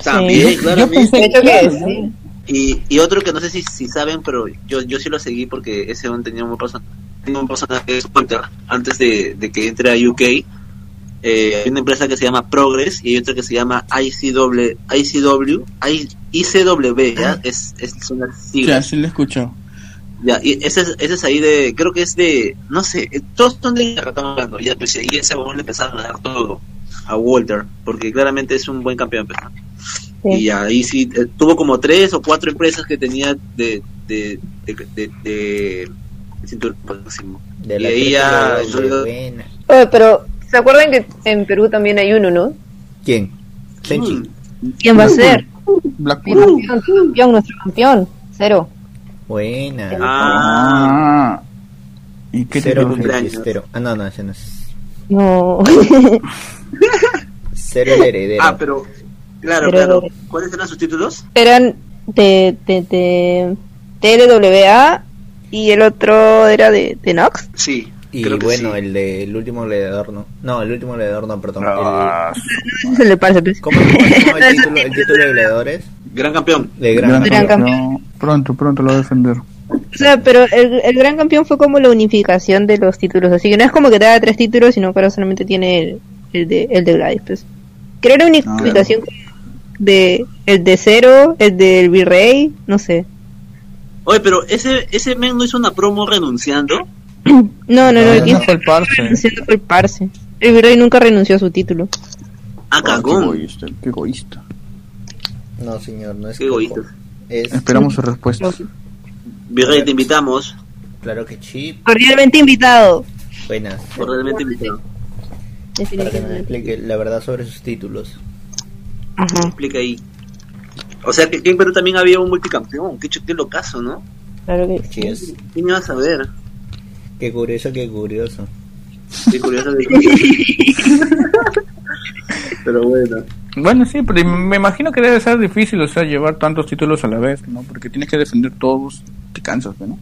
Speaker 2: También,
Speaker 3: Sí.
Speaker 1: Yo
Speaker 2: claramente.
Speaker 1: pensé
Speaker 3: De hecho que
Speaker 1: claro,
Speaker 3: sí.
Speaker 1: ¿no?
Speaker 2: Y, y otro que no sé si, si saben, pero yo, yo sí lo seguí porque ese hombre tenía un personaje, tenía un personaje fuerte. antes de, de que entre a UK. eh, hay una empresa que se llama Progress y hay otra que se llama ICW, ICW, I- ICW, ¿ya? Es, es, son las
Speaker 1: Sí,
Speaker 2: siglas.
Speaker 1: así lo he escuchado.
Speaker 2: Ya, y ese, es- ese es ahí de, creo que es de, no sé, eh, todos son de Inglaterra, estamos hablando, ya, pues, y ese momento le empezaron a dar todo a Walter, porque claramente es un buen campeón, pues, ¿no? Y ahí sí, eh, tuvo como tres o cuatro empresas que tenía de, de, de, de, de cinturón máximo.
Speaker 5: De
Speaker 2: Y ahí ya,
Speaker 5: cresta de la
Speaker 2: yo-
Speaker 5: buena.
Speaker 3: Oye, pero ¿se acuerdan que en Perú también hay uno, no?
Speaker 5: ¿Quién? Tenchi.
Speaker 3: ¿Quién
Speaker 5: Uh.
Speaker 3: va a ser?
Speaker 1: Blackpool.
Speaker 3: Nuestro
Speaker 2: Uh.
Speaker 3: campeón, nuestro campeón. Cero.
Speaker 5: Buena.
Speaker 2: Ah,
Speaker 1: Ah. ¿Y qué te
Speaker 5: Cero
Speaker 1: parece?
Speaker 2: cumpleaños.
Speaker 5: cero. Ah, no, no, ese no es.
Speaker 3: No.
Speaker 5: Cero el heredero.
Speaker 2: ah, pero. Claro,
Speaker 3: Pero-
Speaker 2: claro. ¿Cuáles eran sus títulos?
Speaker 3: Eran de, de, de TLWA y el otro era de, de Nox.
Speaker 2: Sí.
Speaker 5: y
Speaker 2: creo que
Speaker 5: bueno,
Speaker 2: sí.
Speaker 5: el del último leador no. No, el último leador no, perdón.
Speaker 1: Ah,
Speaker 5: El-
Speaker 3: No se le parece. pues.
Speaker 5: ¿Cómo cómo se llama el título, el título de leadores?
Speaker 2: Gran campeón.
Speaker 5: De gran.
Speaker 1: gran
Speaker 3: Gran
Speaker 1: campeón. Pronto, pronto lo va a defender.
Speaker 3: O sea, pero el, el gran campeón fue como la unificación de los títulos. Así que no es como que te da tres títulos, sino que ahora solamente tiene el, el de, el de Gladys. Pues. Creo que era una
Speaker 1: Ah,
Speaker 3: unificación de el de Cero, el del Virrey, no sé.
Speaker 2: Oye, pero ese, ese men no hizo una promo renunciando.
Speaker 3: No, no, no,
Speaker 1: No,
Speaker 3: el que
Speaker 1: no
Speaker 3: hizo
Speaker 1: fue el parche.
Speaker 3: renunciando fue el Parse. El Virrey nunca renunció a su título.
Speaker 2: Ah,
Speaker 1: Ah, qué
Speaker 2: cagón.
Speaker 1: egoísta, qué egoísta.
Speaker 5: No, señor, no es.
Speaker 2: Qué egoísta.
Speaker 5: Es.
Speaker 1: Esperamos sus respuestas.
Speaker 2: Virrey, te invitamos.
Speaker 5: Claro que chip.
Speaker 3: Cordialmente invitado.
Speaker 5: Buenas.
Speaker 2: Cordialmente invitado.
Speaker 5: Para que nos explique la verdad sobre sus títulos.
Speaker 3: Ajá,
Speaker 2: Explica ahí. O sea, que aquí en Perú también había un multicampeón. Qué, ch- qué locazo, ¿no?
Speaker 3: claro que
Speaker 5: Sí, es.
Speaker 2: ¿Quién iba a saber?
Speaker 5: Qué curioso, qué curioso.
Speaker 2: Qué curioso. de- pero bueno.
Speaker 1: Bueno, sí, pero me imagino que debe ser difícil, o sea, llevar tantos títulos a la vez, ¿no? Porque tienes que defender todos, te cansas, ¿no?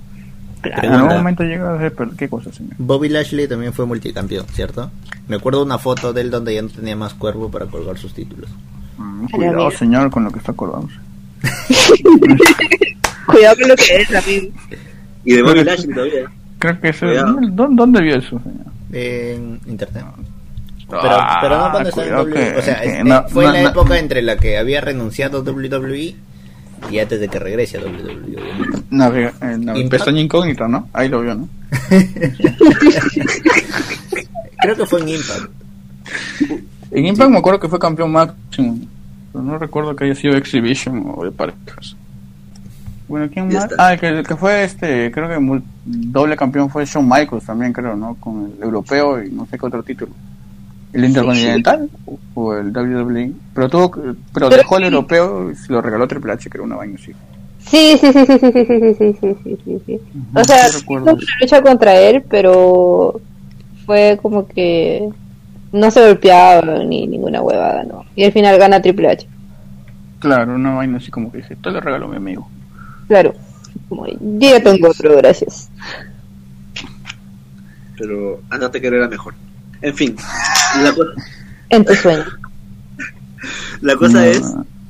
Speaker 5: Ah,
Speaker 1: En algún momento llegas a pero ¿qué cosa, señor?
Speaker 5: Bobby Lashley también fue multicampeón, ¿cierto? Me acuerdo una foto de él donde ya no tenía más cuervo para colgar sus títulos.
Speaker 1: Mm,
Speaker 3: Ay, amigo.
Speaker 1: Cuidado, señor, con lo que está acordándose.
Speaker 3: Cuidado con lo que es, amigo.
Speaker 2: Y de Bobby Lashley todavía. ¿eh?
Speaker 1: Creo que eso...
Speaker 2: Cuidado.
Speaker 1: ¿Dónde, dónde vio eso, señor?
Speaker 5: En internet. Pero,
Speaker 1: Ah,
Speaker 5: pero no cuando estaba en
Speaker 1: cuidado
Speaker 5: WWE.
Speaker 1: que-
Speaker 5: o sea,
Speaker 1: que
Speaker 5: este,
Speaker 1: no-
Speaker 5: fue
Speaker 1: no-
Speaker 5: la
Speaker 1: no-
Speaker 5: época entre la que había renunciado a WWE y antes de que regrese a WWE. obviamente.
Speaker 1: Navega, eh, navega-
Speaker 5: Impact-
Speaker 1: pestaña incógnita, ¿no? Ahí lo vio, ¿no?
Speaker 5: Creo que fue en Impact.
Speaker 1: En Impact me acuerdo que fue campeón máximo, pero no recuerdo que haya sido Exhibition o de parejas. Bueno, ¿quién
Speaker 2: Ya
Speaker 1: más?
Speaker 2: está.
Speaker 1: Ah, el que, el que fue este, creo que mul- doble campeón fue Shawn Michaels también, creo, ¿no? Con el europeo y no sé qué otro título. ¿El Intercontinental o el WWE? Pero, tuvo, que- pero dejó el europeo y se lo regaló a Triple H, creo, una vaina así.
Speaker 3: Sí, sí, sí, sí, sí, sí, sí, sí, sí, sí, sí, sí, sí. O sea,
Speaker 1: sí
Speaker 3: tuvo
Speaker 1: recuerdo
Speaker 3: una lucha contra él, pero fue como que no se golpeaba ni ninguna huevada, no. Y al final gana Triple H.
Speaker 1: Claro, una vaina así como que dije, esto le regaló a mi amigo.
Speaker 3: Claro. Como, yo ya tengo otro, gracias.
Speaker 2: Pero andate que era mejor. En fin. La, co-
Speaker 3: En tu sueño.
Speaker 2: la cosa
Speaker 1: No,
Speaker 2: es.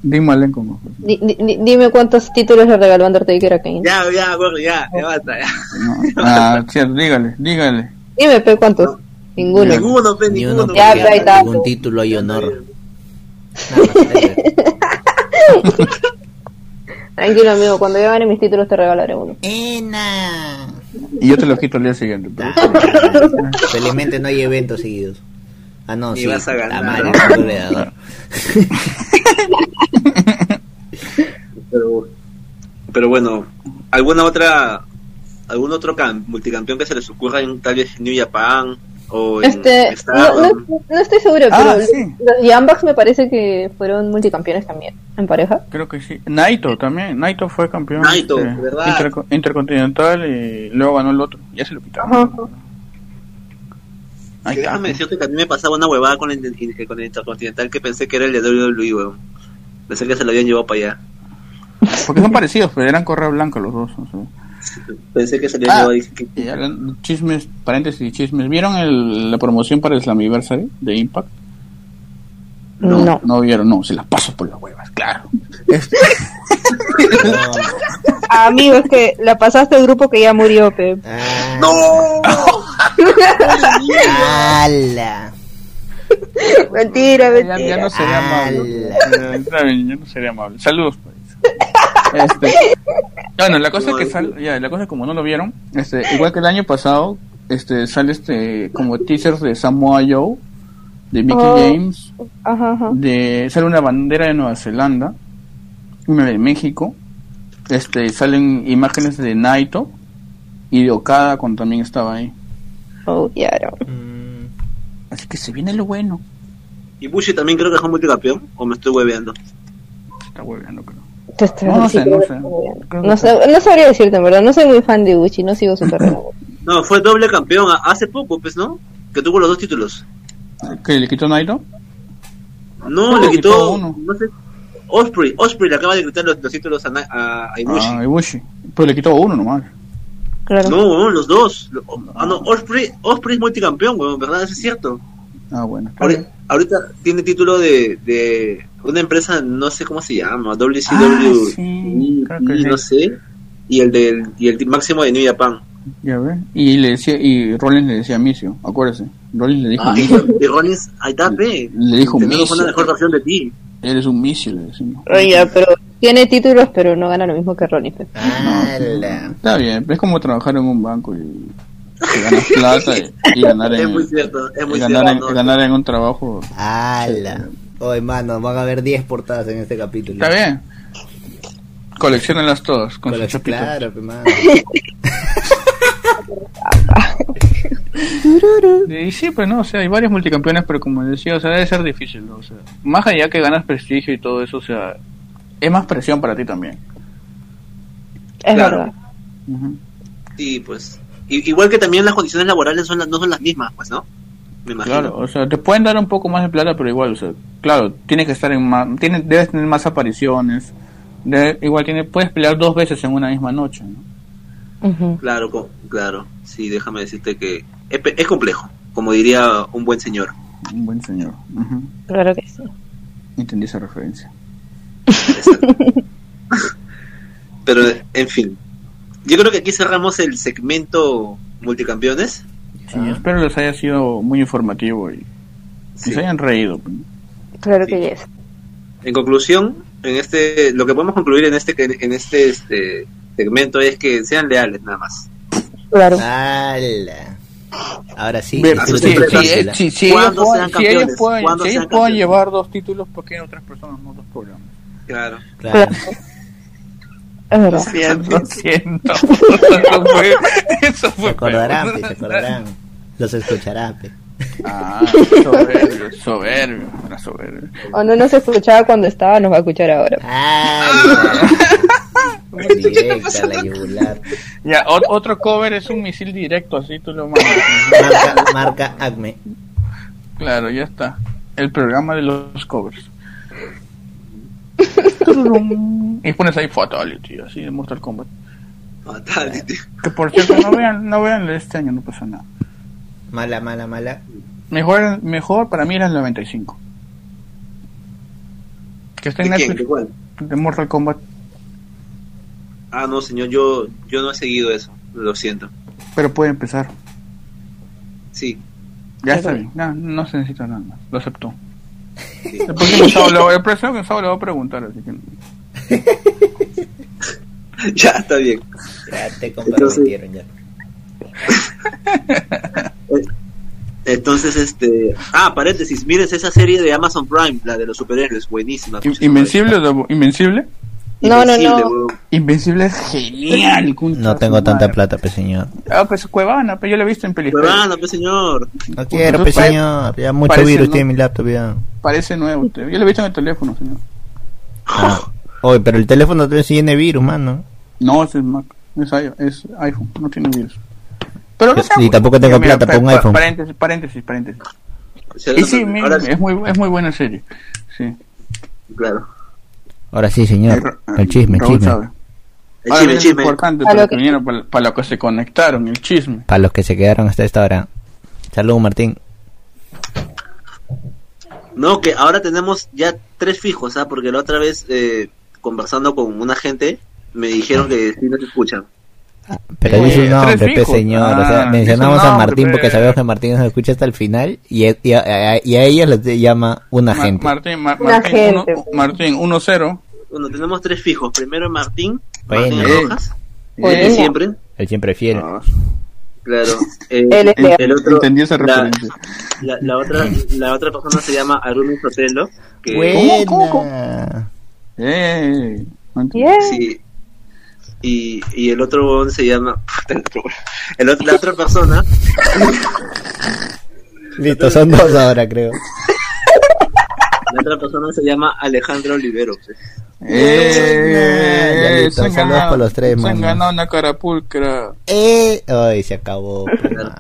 Speaker 1: Dean Malenko, no,
Speaker 3: Di- di- di- dime cuántos títulos le regaló Undertaker a Kane.
Speaker 2: Ya, ya, bueno, ya, ya basta, ya.
Speaker 1: no. Ah, cierto, dígale, dígale.
Speaker 3: Dime, pe, ¿cuántos? Ninguno.
Speaker 2: Ninguno, pe,
Speaker 5: Ni
Speaker 2: ninguno.
Speaker 5: uno,
Speaker 2: pe.
Speaker 3: Ya,
Speaker 5: porque
Speaker 3: ahí está.
Speaker 5: ningún título hay honor. Nada más, ahí está.
Speaker 3: Tranquilo, amigo, cuando yo gane mis títulos te regalaré uno.
Speaker 5: ¡Ena!
Speaker 1: Y yo te lo quito el día siguiente. pero-
Speaker 5: Ah,
Speaker 2: Ah.
Speaker 5: Felizmente no hay eventos seguidos. Ah, no,
Speaker 2: Ni
Speaker 5: sí.
Speaker 2: vas a ganar,
Speaker 5: Tamara,
Speaker 2: ¿no?
Speaker 5: el goleador.
Speaker 2: Pero, pero bueno, ¿alguna otra, algún otro cam- multicampeón que se les ocurra en tal vez New Japan o en
Speaker 3: Este, no,
Speaker 2: Stardom?
Speaker 3: no, no estoy segura,
Speaker 1: Ah,
Speaker 3: pero
Speaker 1: sí.
Speaker 3: los Yambaks me parece que fueron multicampeones también, en pareja.
Speaker 1: Creo que sí. Naito también. Naito fue campeón
Speaker 2: Naito, ¿verdad?
Speaker 1: interco- intercontinental y luego ganó el otro. Ya se lo quitaron. Ahí
Speaker 2: Que
Speaker 1: está.
Speaker 2: déjame decirte que a mí me pasaba una huevada con el, de- con el Intercontinental que pensé que era el de WWE, weón. Pensé que se lo habían llevado para allá.
Speaker 1: Porque son parecidos, pero eran correa blanca los dos. o sea.
Speaker 2: Pensé que se lo
Speaker 1: Ah.
Speaker 2: habían llevado. que-
Speaker 1: Y hablando- chismes, paréntesis y chismes. ¿Vieron el- la promoción para el Slammiversary de Impact?
Speaker 3: No.
Speaker 1: No vieron, no, se las paso por las huevas, claro.
Speaker 5: No.
Speaker 3: Amigo, es que la pasaste al grupo que ya murió, pe.
Speaker 5: Ah,
Speaker 2: ¡No!
Speaker 5: ala.
Speaker 3: mentira,
Speaker 1: Ya,
Speaker 3: mentira.
Speaker 1: ya no sería amable. Eh, está bien, ya no sería amable. Saludos. pues. Este, bueno, la cosa es que sal- ya, la cosa es como no lo vieron, este, igual que el año pasado, este sale este como teasers de Samoa Joe, de Mickey
Speaker 3: Oh.
Speaker 1: James,
Speaker 3: Ajá, ajá.
Speaker 1: de sale una bandera de Nueva Zelanda una de México, este, salen imágenes de Naito y de Okada cuando también estaba ahí.
Speaker 3: Oh, yeah, no.
Speaker 5: Mm,
Speaker 1: Así que se viene lo bueno.
Speaker 2: Y Bushi también creo que es un multicampeón, o me estoy hueveando.
Speaker 1: Se Está hueveando, creo.
Speaker 3: Te estás-
Speaker 1: No, no sé,
Speaker 3: sí,
Speaker 1: no
Speaker 3: creo-
Speaker 1: sé. Creo que
Speaker 3: No, sab- no sabría decirte, en verdad. No soy muy fan de Gucci, no sigo su carrera.
Speaker 2: No, fue doble campeón a- hace poco, pues, ¿no? Que tuvo los dos títulos.
Speaker 1: ¿Que le quitó Naito?
Speaker 2: No,
Speaker 1: No,
Speaker 2: le
Speaker 1: le quitó
Speaker 2: quitó,
Speaker 1: uno.
Speaker 2: no sé, Osprey, Osprey le acaba de quitar los, los títulos a, Na- a, a Ibushi.
Speaker 1: Ah, Ibushi. Pero le quitó uno nomás.
Speaker 3: Claro.
Speaker 2: no, weón, los dos. Lo- Ah, no, Osprey, Osprey es multicampeón, weón, ¿verdad? Eso es cierto.
Speaker 1: Ah, bueno.
Speaker 2: Ahori- Ahorita tiene título de, de una empresa, no sé cómo se llama, WCW,
Speaker 1: Ah, sí, creo que
Speaker 2: y
Speaker 1: sí.
Speaker 2: no sé, y el, del, y el máximo de New Japan.
Speaker 1: Ya ve. Y le decía, y Rollins le decía a Micio, acuérdese. Rollins le dijo a
Speaker 2: Ay,
Speaker 1: Micio.
Speaker 2: Ah, de Rollins, ahí está, ve.
Speaker 1: Le dijo
Speaker 2: Tenemos
Speaker 1: Micio.
Speaker 2: una mejor versión de ti.
Speaker 1: Eres un Micio, le decimos.
Speaker 3: Oye, pero tiene títulos, pero no gana lo mismo que Ronnie. pues.
Speaker 5: ala.
Speaker 1: Está bien, es como trabajar en un banco y, y ganas plata y, y ganar en
Speaker 2: Es muy cierto, es muy
Speaker 1: y ganar,
Speaker 2: cierto.
Speaker 1: en, ganar en un trabajo.
Speaker 5: Ala. Oye, mano, van a haber 10 portadas en este capítulo.
Speaker 1: Está bien. Coleccionalas todas con
Speaker 5: Con
Speaker 1: sus
Speaker 5: las-
Speaker 1: chapitas.
Speaker 5: claro, pe, mano.
Speaker 1: Y sí, pues no, o sea, hay varios multicampeones, pero como decía, o sea, debe ser difícil, ¿no? O sea, más allá que ganas prestigio y todo eso, o sea, es más presión para ti también.
Speaker 3: Es
Speaker 2: Claro.
Speaker 3: verdad.
Speaker 1: Ujú.
Speaker 2: Sí, pues. I- igual que también las condiciones laborales son las- no son las mismas, pues, ¿no? Me imagino.
Speaker 1: Claro, o sea, te pueden dar un poco más de plata, pero igual, o sea, claro, tienes que estar en más, tienes, debes tener más apariciones, de- igual tiene, puedes pelear dos veces en una misma noche, ¿no?
Speaker 3: Ujú.
Speaker 2: Claro, co- claro. Sí, déjame decirte que es, pe- es complejo, como diría un buen señor.
Speaker 1: Un buen señor. Ujú.
Speaker 3: Claro que sí.
Speaker 1: Entendí esa referencia.
Speaker 2: Pero, en fin. Yo creo que aquí cerramos el segmento multicampeones.
Speaker 1: Sí, espero les haya sido muy informativo y, y
Speaker 2: Sí.
Speaker 1: se hayan reído.
Speaker 3: Claro que
Speaker 2: Sí.
Speaker 3: yes.
Speaker 2: En conclusión, en este, lo que podemos concluir en este, en este, este segmento es que sean leales nada más.
Speaker 3: Claro.
Speaker 5: Ala. Ahora sí.
Speaker 1: Ve,
Speaker 5: este
Speaker 1: sí,
Speaker 5: es
Speaker 2: sus
Speaker 1: sí,
Speaker 5: otro
Speaker 1: sí,
Speaker 5: capítulo.
Speaker 1: eh, sí, sí, ellos
Speaker 2: Cuando
Speaker 1: pueden-
Speaker 2: sean
Speaker 1: si ellos
Speaker 2: campeones,
Speaker 1: pueden,
Speaker 2: cuando
Speaker 1: si ellos
Speaker 2: sean
Speaker 1: pueden
Speaker 2: campeones.
Speaker 1: llevar dos títulos, ¿por qué otras personas no dos programas?
Speaker 2: Claro.
Speaker 1: Lo
Speaker 5: Claro.
Speaker 3: Es verdad.
Speaker 1: siento, lo siento. Eso fue. Eso
Speaker 5: Se
Speaker 1: fue
Speaker 5: acordarán,
Speaker 1: peor.
Speaker 5: pe, se acordarán. Los escuchará, pe.
Speaker 1: Ah, soberbio, soberbio, era soberbio.
Speaker 3: O no nos escuchaba cuando estaba, nos va a escuchar ahora.
Speaker 5: Ala. Directa la yugular.
Speaker 1: Ya, ot- otro cover es un misil directo, así tú lo mandas.
Speaker 5: Marca, marca Acme.
Speaker 1: Claro, ya está. El programa de los covers. Y pones ahí Fatality, así de Mortal Kombat.
Speaker 2: Fatality.
Speaker 1: Que por cierto, no vean, no vean este año, no pasa nada.
Speaker 5: Mala, mala, mala.
Speaker 1: Mejor, mejor para mí era el 95. Que está
Speaker 2: ¿De
Speaker 1: en
Speaker 2: quién? ¿De
Speaker 1: Netflix,
Speaker 2: cuál?
Speaker 1: de Mortal Kombat.
Speaker 2: Ah, no, señor, yo, yo no he seguido eso. Lo siento.
Speaker 1: Pero puede empezar.
Speaker 2: Sí.
Speaker 1: Ya está bien, no, no se necesita nada más. Lo aceptó.
Speaker 2: sí.
Speaker 1: El próximo sábado, lo- el próximo sábado lo voy a preguntar, así que.
Speaker 2: ya, está bien.
Speaker 5: Ya te comprometieron ya.
Speaker 2: Entonces, este. Ah, paréntesis. Miren esa serie de Amazon Prime, la de los superhéroes. Buenísima.
Speaker 1: In- Invencible, o de- Invencible.
Speaker 3: No, no,
Speaker 2: Invencible,
Speaker 3: no.
Speaker 2: weón.
Speaker 1: Invencible es genial. concha
Speaker 5: No
Speaker 1: su
Speaker 5: tengo tanta
Speaker 1: madre.
Speaker 5: plata, pe señor.
Speaker 1: Ah, pues Cuevana, pero yo lo he visto en películas.
Speaker 2: Huevada, pues, señor.
Speaker 5: No quiero, pe
Speaker 1: Entonces,
Speaker 5: señor. Ya mucho
Speaker 1: parece,
Speaker 5: virus
Speaker 1: ¿no?
Speaker 5: tiene mi laptop ya.
Speaker 1: Parece nuevo usted. Yo lo he visto en el teléfono, señor.
Speaker 5: Ah. Oye, pero el teléfono también se llena de virus, mano.
Speaker 1: No, ese es Mac. Es, i- es iPhone. No tiene virus. Pero no
Speaker 5: Sí,
Speaker 1: sea-
Speaker 5: tampoco tengo plata,
Speaker 1: pa-
Speaker 5: pon
Speaker 1: pa-
Speaker 5: iPhone.
Speaker 1: Paréntesis, paréntesis, paréntesis.
Speaker 2: Se-
Speaker 1: Y sí, mira,
Speaker 2: ahora sí,
Speaker 1: es, muy, es muy buena serie. Sí.
Speaker 2: Claro.
Speaker 5: Ahora sí, señor.
Speaker 1: Eh, Ra-
Speaker 5: El chisme, el
Speaker 1: Raúl
Speaker 5: chisme.
Speaker 1: sabe.
Speaker 2: El
Speaker 1: Ahora
Speaker 2: chisme, el
Speaker 1: viene
Speaker 2: chisme.
Speaker 1: lo importante
Speaker 3: A
Speaker 1: para,
Speaker 3: lo
Speaker 1: que
Speaker 3: que-
Speaker 1: vinieron, para, para lo que se conectaron, el chisme.
Speaker 5: Para los que se quedaron hasta esta hora. Saludos, Martín.
Speaker 2: No, que ahora tenemos ya tres fijos, ¿ah? Porque la otra vez, eh, conversando con una gente, me dijeron que sí nos escuchan.
Speaker 5: Pero
Speaker 1: Eh,
Speaker 5: dice un nombre,
Speaker 1: tres
Speaker 5: pe
Speaker 1: hijos.
Speaker 5: señor. o
Speaker 1: Ah,
Speaker 5: sea, mencionamos
Speaker 1: dice un
Speaker 5: a
Speaker 1: nombre,
Speaker 5: Martín
Speaker 1: pe.
Speaker 5: porque sabemos que Martín nos escucha hasta el final y, e, y, a, a- y a ella les llama una
Speaker 1: Ma-
Speaker 5: gente.
Speaker 1: Martín, Ma-
Speaker 3: Una
Speaker 1: Martín, uno-
Speaker 3: gente.
Speaker 1: Martín 1-0.
Speaker 2: Bueno, tenemos tres fijos. Primero Martín,
Speaker 5: Bueno.
Speaker 2: Martín Rojas,
Speaker 3: Bueno.
Speaker 1: Eh,
Speaker 2: el de siempre,
Speaker 5: Él siempre fiel.
Speaker 1: Ah,
Speaker 2: claro. Eh,
Speaker 3: Él es
Speaker 2: el,
Speaker 3: leal.
Speaker 2: el otro,
Speaker 1: Entendí esa
Speaker 2: la-
Speaker 1: referencia.
Speaker 2: La, la otra, la otra persona se llama Arumi Sotelo, que
Speaker 1: Güey. ¿Cómo, cómo,
Speaker 5: Buena.
Speaker 1: Eh, antes-
Speaker 3: Yeah.
Speaker 2: Sí. Y, y el otro huevón se llama. el otro huevón. El otro- la otra persona.
Speaker 5: Listo, son dos ahora, creo.
Speaker 2: La otra persona se llama Alejandro Olivero. pues.
Speaker 5: Ya,
Speaker 1: Eh,
Speaker 5: listo,
Speaker 1: se han
Speaker 5: saludos
Speaker 1: ganado-
Speaker 5: para los tres,
Speaker 1: Se han
Speaker 5: mano.
Speaker 1: ganado una carapulcra.
Speaker 5: ¡Eh! Ay, se acabó. pues, man.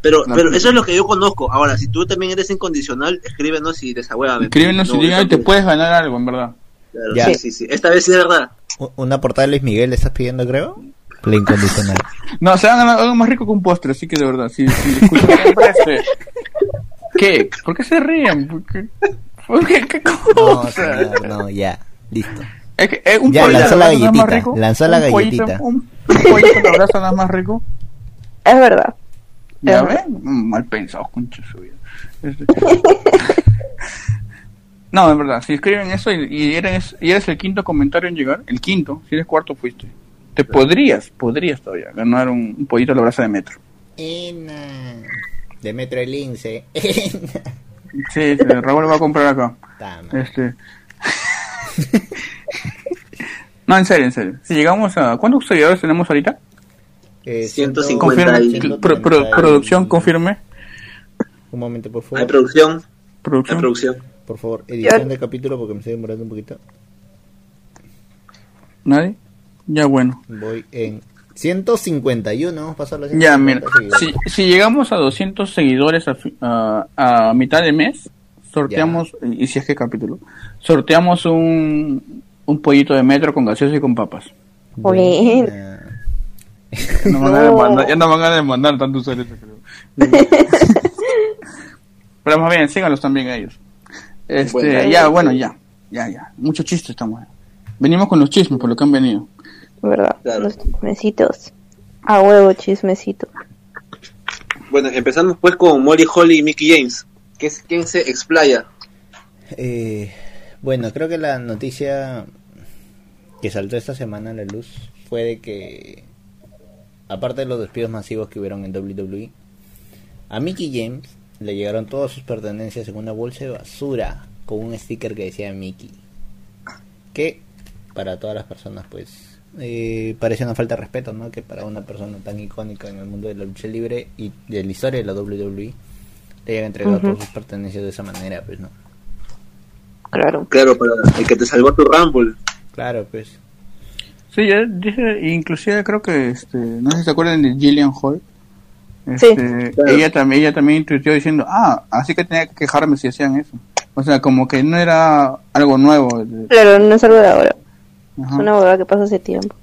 Speaker 2: Pero,
Speaker 1: No,
Speaker 2: pero
Speaker 1: no.
Speaker 2: eso es lo que yo conozco. Ahora, si tú también eres incondicional, escríbenos y desahuévame.
Speaker 1: Escríbenos
Speaker 2: No,
Speaker 1: y digan,
Speaker 2: yo
Speaker 1: te
Speaker 2: también.
Speaker 1: puedes ganar algo, en verdad.
Speaker 2: Claro,
Speaker 5: Ya.
Speaker 2: Sí, sí, sí. Esta vez sí es verdad.
Speaker 5: U- Una portada de Luis Miguel le estás pidiendo, creo. La incondicional.
Speaker 1: No, se van a ganar algo más rico que un postre, así que de verdad, si, si escuchan siempre este... ¿Qué? ¿Por qué se ríen? ¿Por qué? ¿Por qué? ¿Qué
Speaker 5: No,
Speaker 1: cosa?
Speaker 5: señor, no, ya. Listo.
Speaker 1: Es que eh, un
Speaker 5: Ya,
Speaker 1: pollito
Speaker 5: lanzó la
Speaker 1: abrazado es más
Speaker 5: galletita,
Speaker 1: rico,
Speaker 5: lanzó la
Speaker 1: un pollito-
Speaker 5: galletita.
Speaker 1: Un pollito que abraza nada más rico.
Speaker 3: Es verdad.
Speaker 1: ¿Ya
Speaker 3: Ajá.
Speaker 1: ven? Mm, Mal pensado, concha de su vida. Este- No, en verdad, si escriben eso y, y eres, y eres el quinto comentario en llegar, el quinto, si eres cuarto fuiste, te podrías, podrías todavía ganar un, un pollito a la brasa de metro.
Speaker 5: Ena. De Metro el Lince.
Speaker 1: Sí, sí, Raúl va a comprar acá. Este. no, en serio, en serio. Si llegamos a. ¿Cuántos seguidores tenemos ahorita?
Speaker 5: Eh,
Speaker 1: Confirme.
Speaker 2: 150 y-
Speaker 1: Pro- pro- producción, confirme.
Speaker 5: Un momento, por
Speaker 2: Hay
Speaker 5: favor.
Speaker 2: producción. Hay
Speaker 1: Producción.
Speaker 2: producción.
Speaker 5: Por favor, edición del capítulo porque me estoy demorando un poquito.
Speaker 1: ¿Nadie? Ya, bueno.
Speaker 5: Voy en 151. Vamos a pasar los
Speaker 1: Ya, mira.
Speaker 5: 150 seguidores.
Speaker 1: Si, si llegamos a 200 seguidores a, fi- a- a mitad de mes, sorteamos. Y si es que capítulo. Sorteamos un. Un pollito de metro con gaseosa y con papas.
Speaker 3: Bueno.
Speaker 5: Buena.
Speaker 1: Ya nos van a
Speaker 3: No.
Speaker 1: demandar, ya nos van a demandar tanto usar eso, creo. Pero más bien, síganlos también a ellos. Este,
Speaker 2: Bueno.
Speaker 1: ya, bueno, ya. Ya, ya. Mucho chiste estamos. Venimos con los chismes por lo que han venido.
Speaker 3: ¿Verdad?
Speaker 2: Claro.
Speaker 3: Los chismecitos. A huevo, chismecito.
Speaker 2: Bueno, empezamos pues con Molly Holly y Mickey James. que es, ¿Quién se explaya?
Speaker 5: Eh, bueno, creo que la noticia que saltó esta semana a la luz fue de que, aparte de los despidos masivos que hubieron en WWE, a Mickey James le llegaron todas sus pertenencias en una bolsa de basura con un sticker que decía Mickey. Que para todas las personas, pues, eh, parece una falta de respeto, ¿no? Que para una persona tan icónica en el mundo de la lucha libre y de la historia de la WWE le hayan entregado
Speaker 3: Ujú.
Speaker 5: todas sus pertenencias de esa manera, pues, ¿no?
Speaker 3: Claro.
Speaker 2: Claro, para el que te salvó tu Rumble.
Speaker 5: Claro, pues.
Speaker 1: Sí, ya dije, inclusive creo que, este, no sé si se acuerdan de Gillian Hall.
Speaker 3: Sí.
Speaker 1: Este,
Speaker 2: Claro.
Speaker 1: ella, también, ella también tuiteó diciendo, ah, así que tenía que quejarme si hacían eso. O sea, como que no era algo nuevo.
Speaker 3: Claro, no es algo de ahora.
Speaker 1: Ajá.
Speaker 3: Es una huevada que pasa hace tiempo.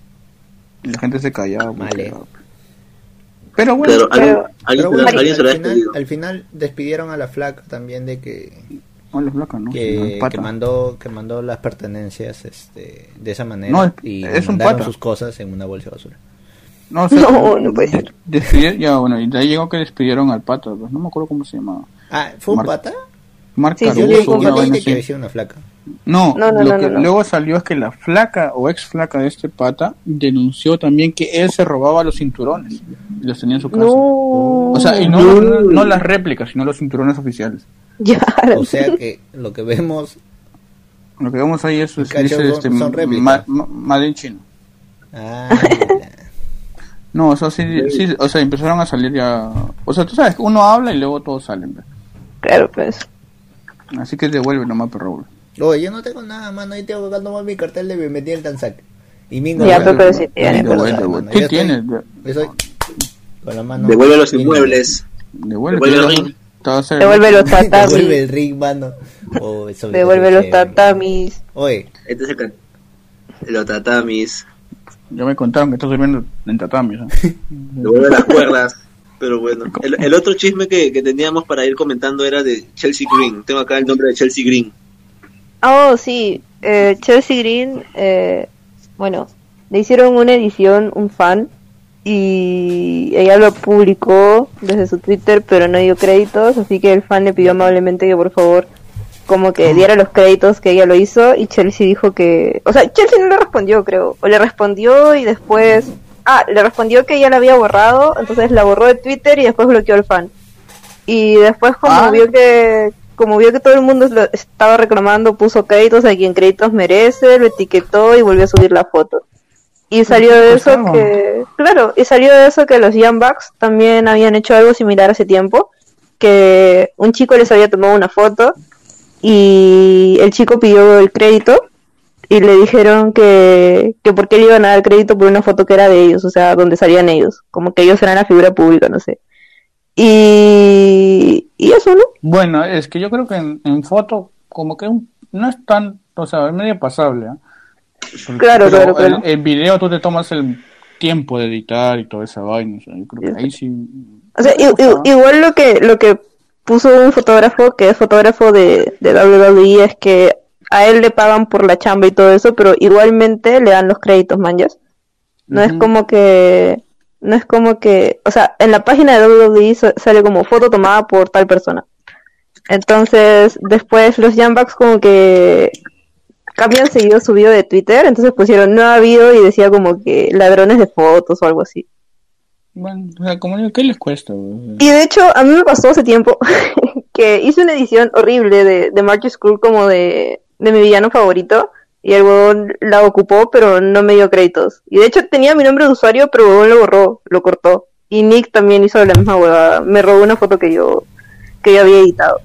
Speaker 1: Y La gente se callaba.
Speaker 5: Vale.
Speaker 1: porque- Pero bueno,
Speaker 2: Claro, alguien,
Speaker 3: pero-
Speaker 2: alguien,
Speaker 5: Pero bueno,
Speaker 2: se- alguien se lo ha
Speaker 5: al, final,
Speaker 2: despedido.
Speaker 5: al final despidieron a la flaca también de que,
Speaker 1: No, los locos, ¿no? Sí, no, el
Speaker 5: que,
Speaker 1: pata.
Speaker 5: que mandó que mandó las pertenencias este, de esa manera
Speaker 1: No, es-
Speaker 5: y
Speaker 1: es un
Speaker 5: mandaron
Speaker 1: pata.
Speaker 5: sus cosas en una bolsa de basura.
Speaker 1: No,
Speaker 3: No, no puede ser.
Speaker 1: despidieron- ya, bueno, y de ahí llegó que despidieron al pata, pues, no me acuerdo cómo se llamaba.
Speaker 5: Ah, ¿fue un
Speaker 1: Mar-
Speaker 5: pata?
Speaker 1: Marc
Speaker 3: Sí, sí,
Speaker 5: Yo
Speaker 1: Caruso,
Speaker 5: le
Speaker 3: fue un
Speaker 5: yo
Speaker 1: una
Speaker 3: pata.
Speaker 5: leí
Speaker 1: vaina
Speaker 5: de que
Speaker 1: así.
Speaker 5: decía una flaca.
Speaker 1: No,
Speaker 3: No, no,
Speaker 1: lo
Speaker 3: no,
Speaker 1: que
Speaker 3: no, no.
Speaker 1: luego salió es que la flaca o ex flaca de este pata denunció también que él se robaba los cinturones y los tenía en su casa.
Speaker 3: No.
Speaker 1: Oh. O sea, y no, no, no las réplicas, sino los cinturones oficiales.
Speaker 3: Ya.
Speaker 5: O sea que lo que vemos,
Speaker 1: Lo que vemos ahí es, es-
Speaker 5: Cacho,
Speaker 1: dice,
Speaker 5: son-
Speaker 1: este,
Speaker 5: son réplicas.
Speaker 1: ma- ma- Made in China.
Speaker 5: ah, mira.
Speaker 1: No, o sea, sí, sí, o sea, empezaron a salir ya. O sea, tú sabes, uno habla y luego todos salen. pues.
Speaker 3: Claro, pues.
Speaker 1: Así que devuelve nomás, perro. güey.
Speaker 5: Oye, yo no tengo nada, mano, ahí tengo que tomar mi cartel de bienvenida al Tanzac. Y Mingo
Speaker 3: Ya,
Speaker 5: no sabe,
Speaker 3: pero- pero sí
Speaker 5: mano,
Speaker 3: tiene,
Speaker 5: Mingo
Speaker 1: Devuelve,
Speaker 5: no
Speaker 3: pero-
Speaker 5: sabe,
Speaker 1: devuelve.
Speaker 5: mano.
Speaker 1: ¿Qué
Speaker 5: Yo estoy-
Speaker 1: tienes?
Speaker 5: yo estoy con la mano
Speaker 2: Devuelve los
Speaker 5: Mingo.
Speaker 2: inmuebles.
Speaker 1: Devuelve,
Speaker 2: Devuelve
Speaker 1: te vas
Speaker 2: el
Speaker 1: a-
Speaker 2: ring.
Speaker 1: te vas a hacer-
Speaker 3: Devuelve los
Speaker 5: Devuelve
Speaker 3: tatamis.
Speaker 5: el ring, mano. Oh, eso me
Speaker 3: Devuelve los
Speaker 5: parece-
Speaker 3: tatamis.
Speaker 5: Oye,
Speaker 2: Este es el can... Los tatamis.
Speaker 1: Ya me contaron que estás durmiendo en tatamis. ¿no?
Speaker 2: Devuelve las cuerdas. Pero bueno, el, el otro chisme que, que teníamos para ir comentando era de Chelsea Green. Tengo acá el nombre de Chelsea Green.
Speaker 3: Oh, sí. Eh, Chelsea Green, eh, bueno, le hicieron una edición, un fan, y ella lo publicó desde su Twitter, pero no dio créditos, así que el fan le pidió amablemente que por favor como que diera los créditos que ella lo hizo y Chelsea dijo que, o sea, Chelsea no le respondió, creo, o le respondió y después, ah, le respondió que ella la había borrado, entonces la borró de Twitter y después bloqueó al fan. Y después como
Speaker 1: Ah.
Speaker 3: vio que como vio que todo el mundo lo estaba reclamando, puso créditos a quien créditos merece, lo etiquetó y volvió a subir la foto. Y salió de eso
Speaker 1: costaba.
Speaker 3: que, claro, y salió de eso que los Young Bucks también habían hecho algo similar hace tiempo, que un chico les había tomado una foto y el chico pidió el crédito y le dijeron que, que por qué le iban a dar crédito por una foto que era de ellos, o sea, donde salían ellos, como que ellos eran la figura pública, no sé. Y, y eso, ¿no?
Speaker 1: Bueno, es que yo creo que en, en foto, como que un- no es tan, o sea, es medio pasable. ¿ah?
Speaker 3: Claro,
Speaker 1: Pero
Speaker 3: claro, claro.
Speaker 1: El, el video tú te tomas el tiempo de editar y toda esa vaina. o sea, yo creo que ahí sí.
Speaker 3: O sea, i- i- igual lo que, lo que puso un fotógrafo, que es fotógrafo de, de WWE, es que a él le pagan por la chamba y todo eso, pero igualmente le dan los créditos, manjas. No es
Speaker 1: Ujú.
Speaker 3: como que, no es como que, o sea, en la página de WWE sa- sale como foto tomada por tal persona. Entonces, después los Jambax como que cambian seguido su video de Twitter, entonces pusieron no ha habido y decía como que ladrones de fotos o algo así.
Speaker 1: Bueno, o sea, como digo, ¿qué les cuesta? güey? O sea,
Speaker 3: Y de hecho, a mí me pasó hace tiempo que hice una edición horrible de, de Marcus School como de, de mi villano favorito. Y el huevón la ocupó, pero no me dio créditos. Y de hecho tenía mi nombre de usuario, pero el huevón lo borró, lo cortó. Y Nick también hizo la misma huevada. Me robó una foto que yo, que yo había editado.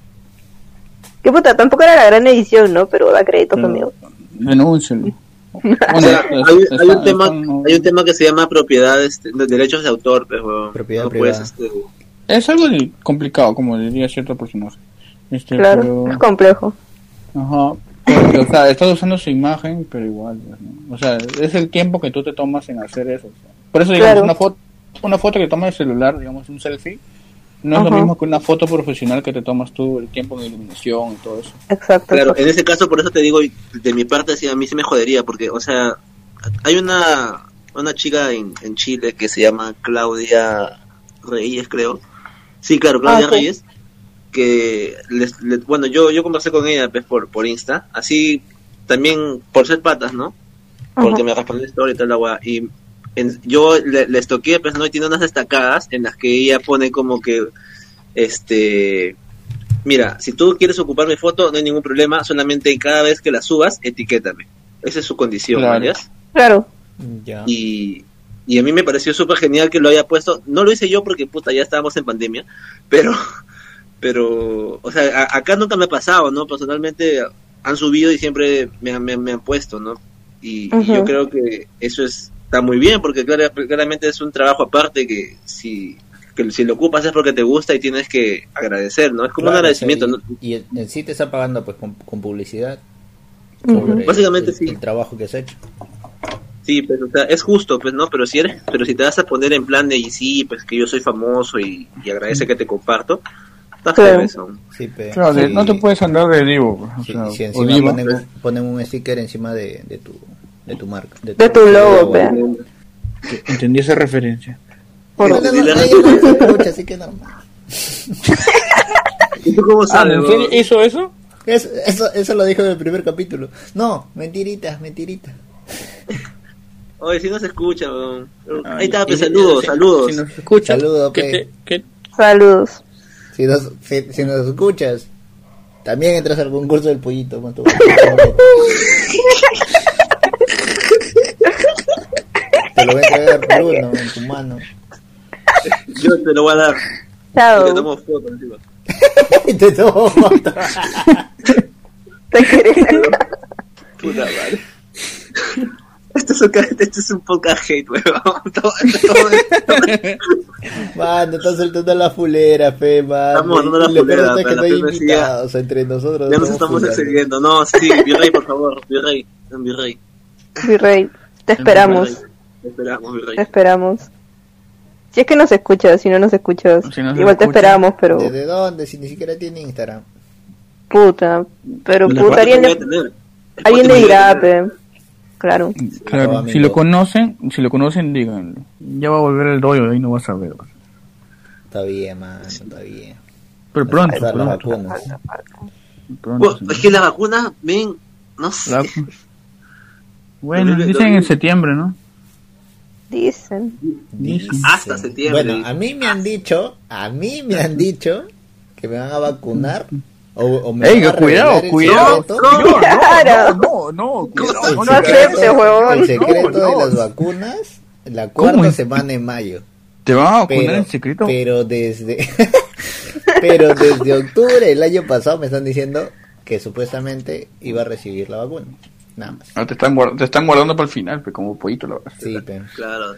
Speaker 3: Qué puta, tampoco era la gran edición, ¿no? Pero da créditos,
Speaker 1: Pero-
Speaker 3: amigo.
Speaker 1: denúncienlo. Bueno,
Speaker 2: O sea,
Speaker 1: es-
Speaker 2: hay,
Speaker 1: es-
Speaker 2: hay un
Speaker 1: está-
Speaker 2: tema,
Speaker 1: está- no-
Speaker 2: hay un tema que se llama propiedad, este, de derechos de autor, pues, weón.
Speaker 5: Propiedad
Speaker 2: no puedes,
Speaker 5: privada.
Speaker 2: este,
Speaker 1: Es algo de- complicado, como diría cierto personaje. Este,
Speaker 3: Claro,
Speaker 1: pero-
Speaker 3: es complejo.
Speaker 1: Ajá. Porque, o sea, estás usando su imagen, pero igual, pues, ¿no? O sea, es el tiempo que tú te tomas en hacer eso. o sea. Por eso, digamos,
Speaker 3: Claro.
Speaker 1: una, foto, una foto que tomas de celular, digamos, un selfie, no es
Speaker 3: Ajá.
Speaker 1: lo mismo que una foto profesional que te tomas tú, el tiempo de iluminación y todo eso.
Speaker 3: Exacto.
Speaker 2: Claro,
Speaker 3: exacto.
Speaker 2: en ese caso, por eso te digo, y de mi parte, sí, a mí se me jodería, porque, o sea, hay una, una chica en, en Chile que se llama Claudia Reyes, creo. Sí, claro, Claudia
Speaker 3: Ah, sí.
Speaker 2: Reyes, que, les- le- bueno, yo, yo conversé con ella pues, por, por Insta, así también por ser patas, ¿no? Porque
Speaker 3: Ajá.
Speaker 2: me respondió la historia y tal la guada, Y en- yo le, les toqué, pues, ¿no? Y tiene unas destacadas en las que ella pone como que, este, mira, si tú quieres ocupar mi foto, no hay ningún problema, solamente cada vez que la subas, etiquétame. Esa es su condición,
Speaker 1: Claro.
Speaker 2: ¿vayas?
Speaker 3: Claro.
Speaker 5: Ya.
Speaker 2: Y, y a mí me pareció súper genial que lo haya puesto. No lo hice yo porque, puta, ya estábamos en pandemia, pero, pero, o sea, a- acá nunca me ha pasado, ¿no? Personalmente han subido y siempre me, han- me han- me han puesto, ¿no? Y, y yo
Speaker 3: Ujú.
Speaker 2: creo que eso es- está muy bien porque clara- claramente es un trabajo aparte que si que si lo ocupas es porque te gusta y tienes que agradecer, ¿no? Es como un
Speaker 5: Claro,
Speaker 2: agradecimiento,
Speaker 5: o sea,
Speaker 2: ¿no?
Speaker 5: y, y en sí te está pagando pues con, con publicidad.
Speaker 3: Ujú.
Speaker 5: sobre
Speaker 2: Básicamente
Speaker 5: el,
Speaker 2: sí.
Speaker 5: el trabajo que has hecho.
Speaker 2: Sí, pues, o sea, es justo, pues, ¿no? Pero si eres, pero si te vas a poner en plan de, y sí, pues, que yo soy famoso y, y agradece que te comparto, está
Speaker 3: Claro.
Speaker 2: feo eso.
Speaker 5: Sí, pe.
Speaker 1: Claro, de-
Speaker 5: Sí.
Speaker 1: no te puedes andar de divo. o
Speaker 5: Sí,
Speaker 1: sea,
Speaker 5: si
Speaker 1: o
Speaker 5: encima
Speaker 1: diva.
Speaker 5: ponen un, ponen un sticker encima de, de tu de tu marca.
Speaker 3: De tu logo, pe.
Speaker 1: Entendí esa referencia.
Speaker 5: No, no, no,
Speaker 2: Sí, la-
Speaker 5: ella no se escucha, así que normal.
Speaker 2: ¿Y tú cómo
Speaker 1: Ah,
Speaker 2: sabes?
Speaker 1: ¿en
Speaker 2: bro?
Speaker 1: serio hizo eso?
Speaker 5: Eso, eso, eso lo dijo en el primer capítulo. No, mentiritas, mentiritas.
Speaker 2: Oye, si no se escucha, bro. Ahí
Speaker 1: Y-
Speaker 2: está, pues,
Speaker 1: y-
Speaker 2: saludos,
Speaker 1: si-
Speaker 2: saludos.
Speaker 1: Si nos escuchas,
Speaker 5: Saludo,
Speaker 1: que
Speaker 5: pe.
Speaker 1: te- que-
Speaker 3: Saludos.
Speaker 5: Si nos, si, si nos escuchas, también entras al concurso del pollito. con tu- Te lo voy a entregar por uno en tu mano.
Speaker 2: Yo te lo voy a dar. Porque
Speaker 3: Chao.
Speaker 2: tomo fotos, encima.
Speaker 5: Y te tomo foto.
Speaker 3: Te querés.
Speaker 2: Puta madre. Esto es un, ca- esto es un podcast hate, weón. Todo- todo-
Speaker 5: Mano, están soltando la fulera, fe, mano.
Speaker 2: Estamos soltando la
Speaker 5: Y lo peor
Speaker 2: fulera,
Speaker 5: es
Speaker 2: pe, la
Speaker 5: que no hay
Speaker 2: firma sí ya-
Speaker 5: invitados entre nosotros.
Speaker 2: ya nos
Speaker 5: somos
Speaker 2: estamos
Speaker 5: fulano.
Speaker 2: excediendo. No, sí, Virrey, por favor. Virrey, Virrey.
Speaker 3: Virrey, te esperamos,
Speaker 2: Virrey. Te Esperamos, Virrey.
Speaker 3: te esperamos. Si es que nos escuchas, si no nos escuchas,
Speaker 1: Si no nos
Speaker 3: igual te
Speaker 1: escuchas.
Speaker 3: esperamos, pero
Speaker 5: ¿Desde dónde? Si ni siquiera tiene Instagram.
Speaker 3: puta, pero
Speaker 1: La
Speaker 3: puta,
Speaker 1: parte
Speaker 3: alguien
Speaker 2: Voy a
Speaker 3: le,
Speaker 2: tener.
Speaker 3: alguien le
Speaker 2: Voy a
Speaker 3: dirá,
Speaker 2: tener.
Speaker 3: pe. claro,
Speaker 1: Claro,
Speaker 5: amigo.
Speaker 1: si lo conocen, si lo conocen, díganlo. Ya va a volver el doyo, ahí no vas a ver.
Speaker 5: Está bien, mano, está bien.
Speaker 1: Pero pronto,
Speaker 5: Pasar las
Speaker 1: pronto,
Speaker 5: vacunas.
Speaker 1: pronto,
Speaker 2: Bueno,
Speaker 1: sí.
Speaker 2: Pues, es que la vacuna, ven, no sé.
Speaker 1: La- Bueno,
Speaker 2: Pero es
Speaker 1: dicen
Speaker 2: domingo.
Speaker 1: en septiembre, ¿no?
Speaker 3: dicen.
Speaker 1: Dicen.
Speaker 2: Hasta septiembre.
Speaker 5: Bueno, a mí me han dicho, a mí me han dicho que me van a vacunar O, o me
Speaker 1: Ey,
Speaker 5: van a
Speaker 1: cuidado,
Speaker 5: revelar el
Speaker 1: cuidado.
Speaker 5: secreto.
Speaker 2: No,
Speaker 1: Señor,
Speaker 3: claro.
Speaker 1: No, no, no, cuidado,
Speaker 5: El
Speaker 1: no,
Speaker 3: No
Speaker 1: le
Speaker 3: aceptes,
Speaker 1: creas.
Speaker 5: secreto-
Speaker 3: huevón.
Speaker 5: El
Speaker 1: No,
Speaker 5: secreto de
Speaker 1: no.
Speaker 5: las vacunas, la
Speaker 1: ¿Cómo
Speaker 5: cuarta
Speaker 1: es?
Speaker 5: semana en mayo.
Speaker 1: Te van a vacunar
Speaker 5: Pero,
Speaker 1: en secreto.
Speaker 5: pero desde pero desde octubre del año pasado me están diciendo que supuestamente iba a recibir la vacuna. Nada más.
Speaker 1: Ah, te, están guard- te están guardando para el final, pues, como pollito, la verdad.
Speaker 5: Sí, pero...
Speaker 2: Claro.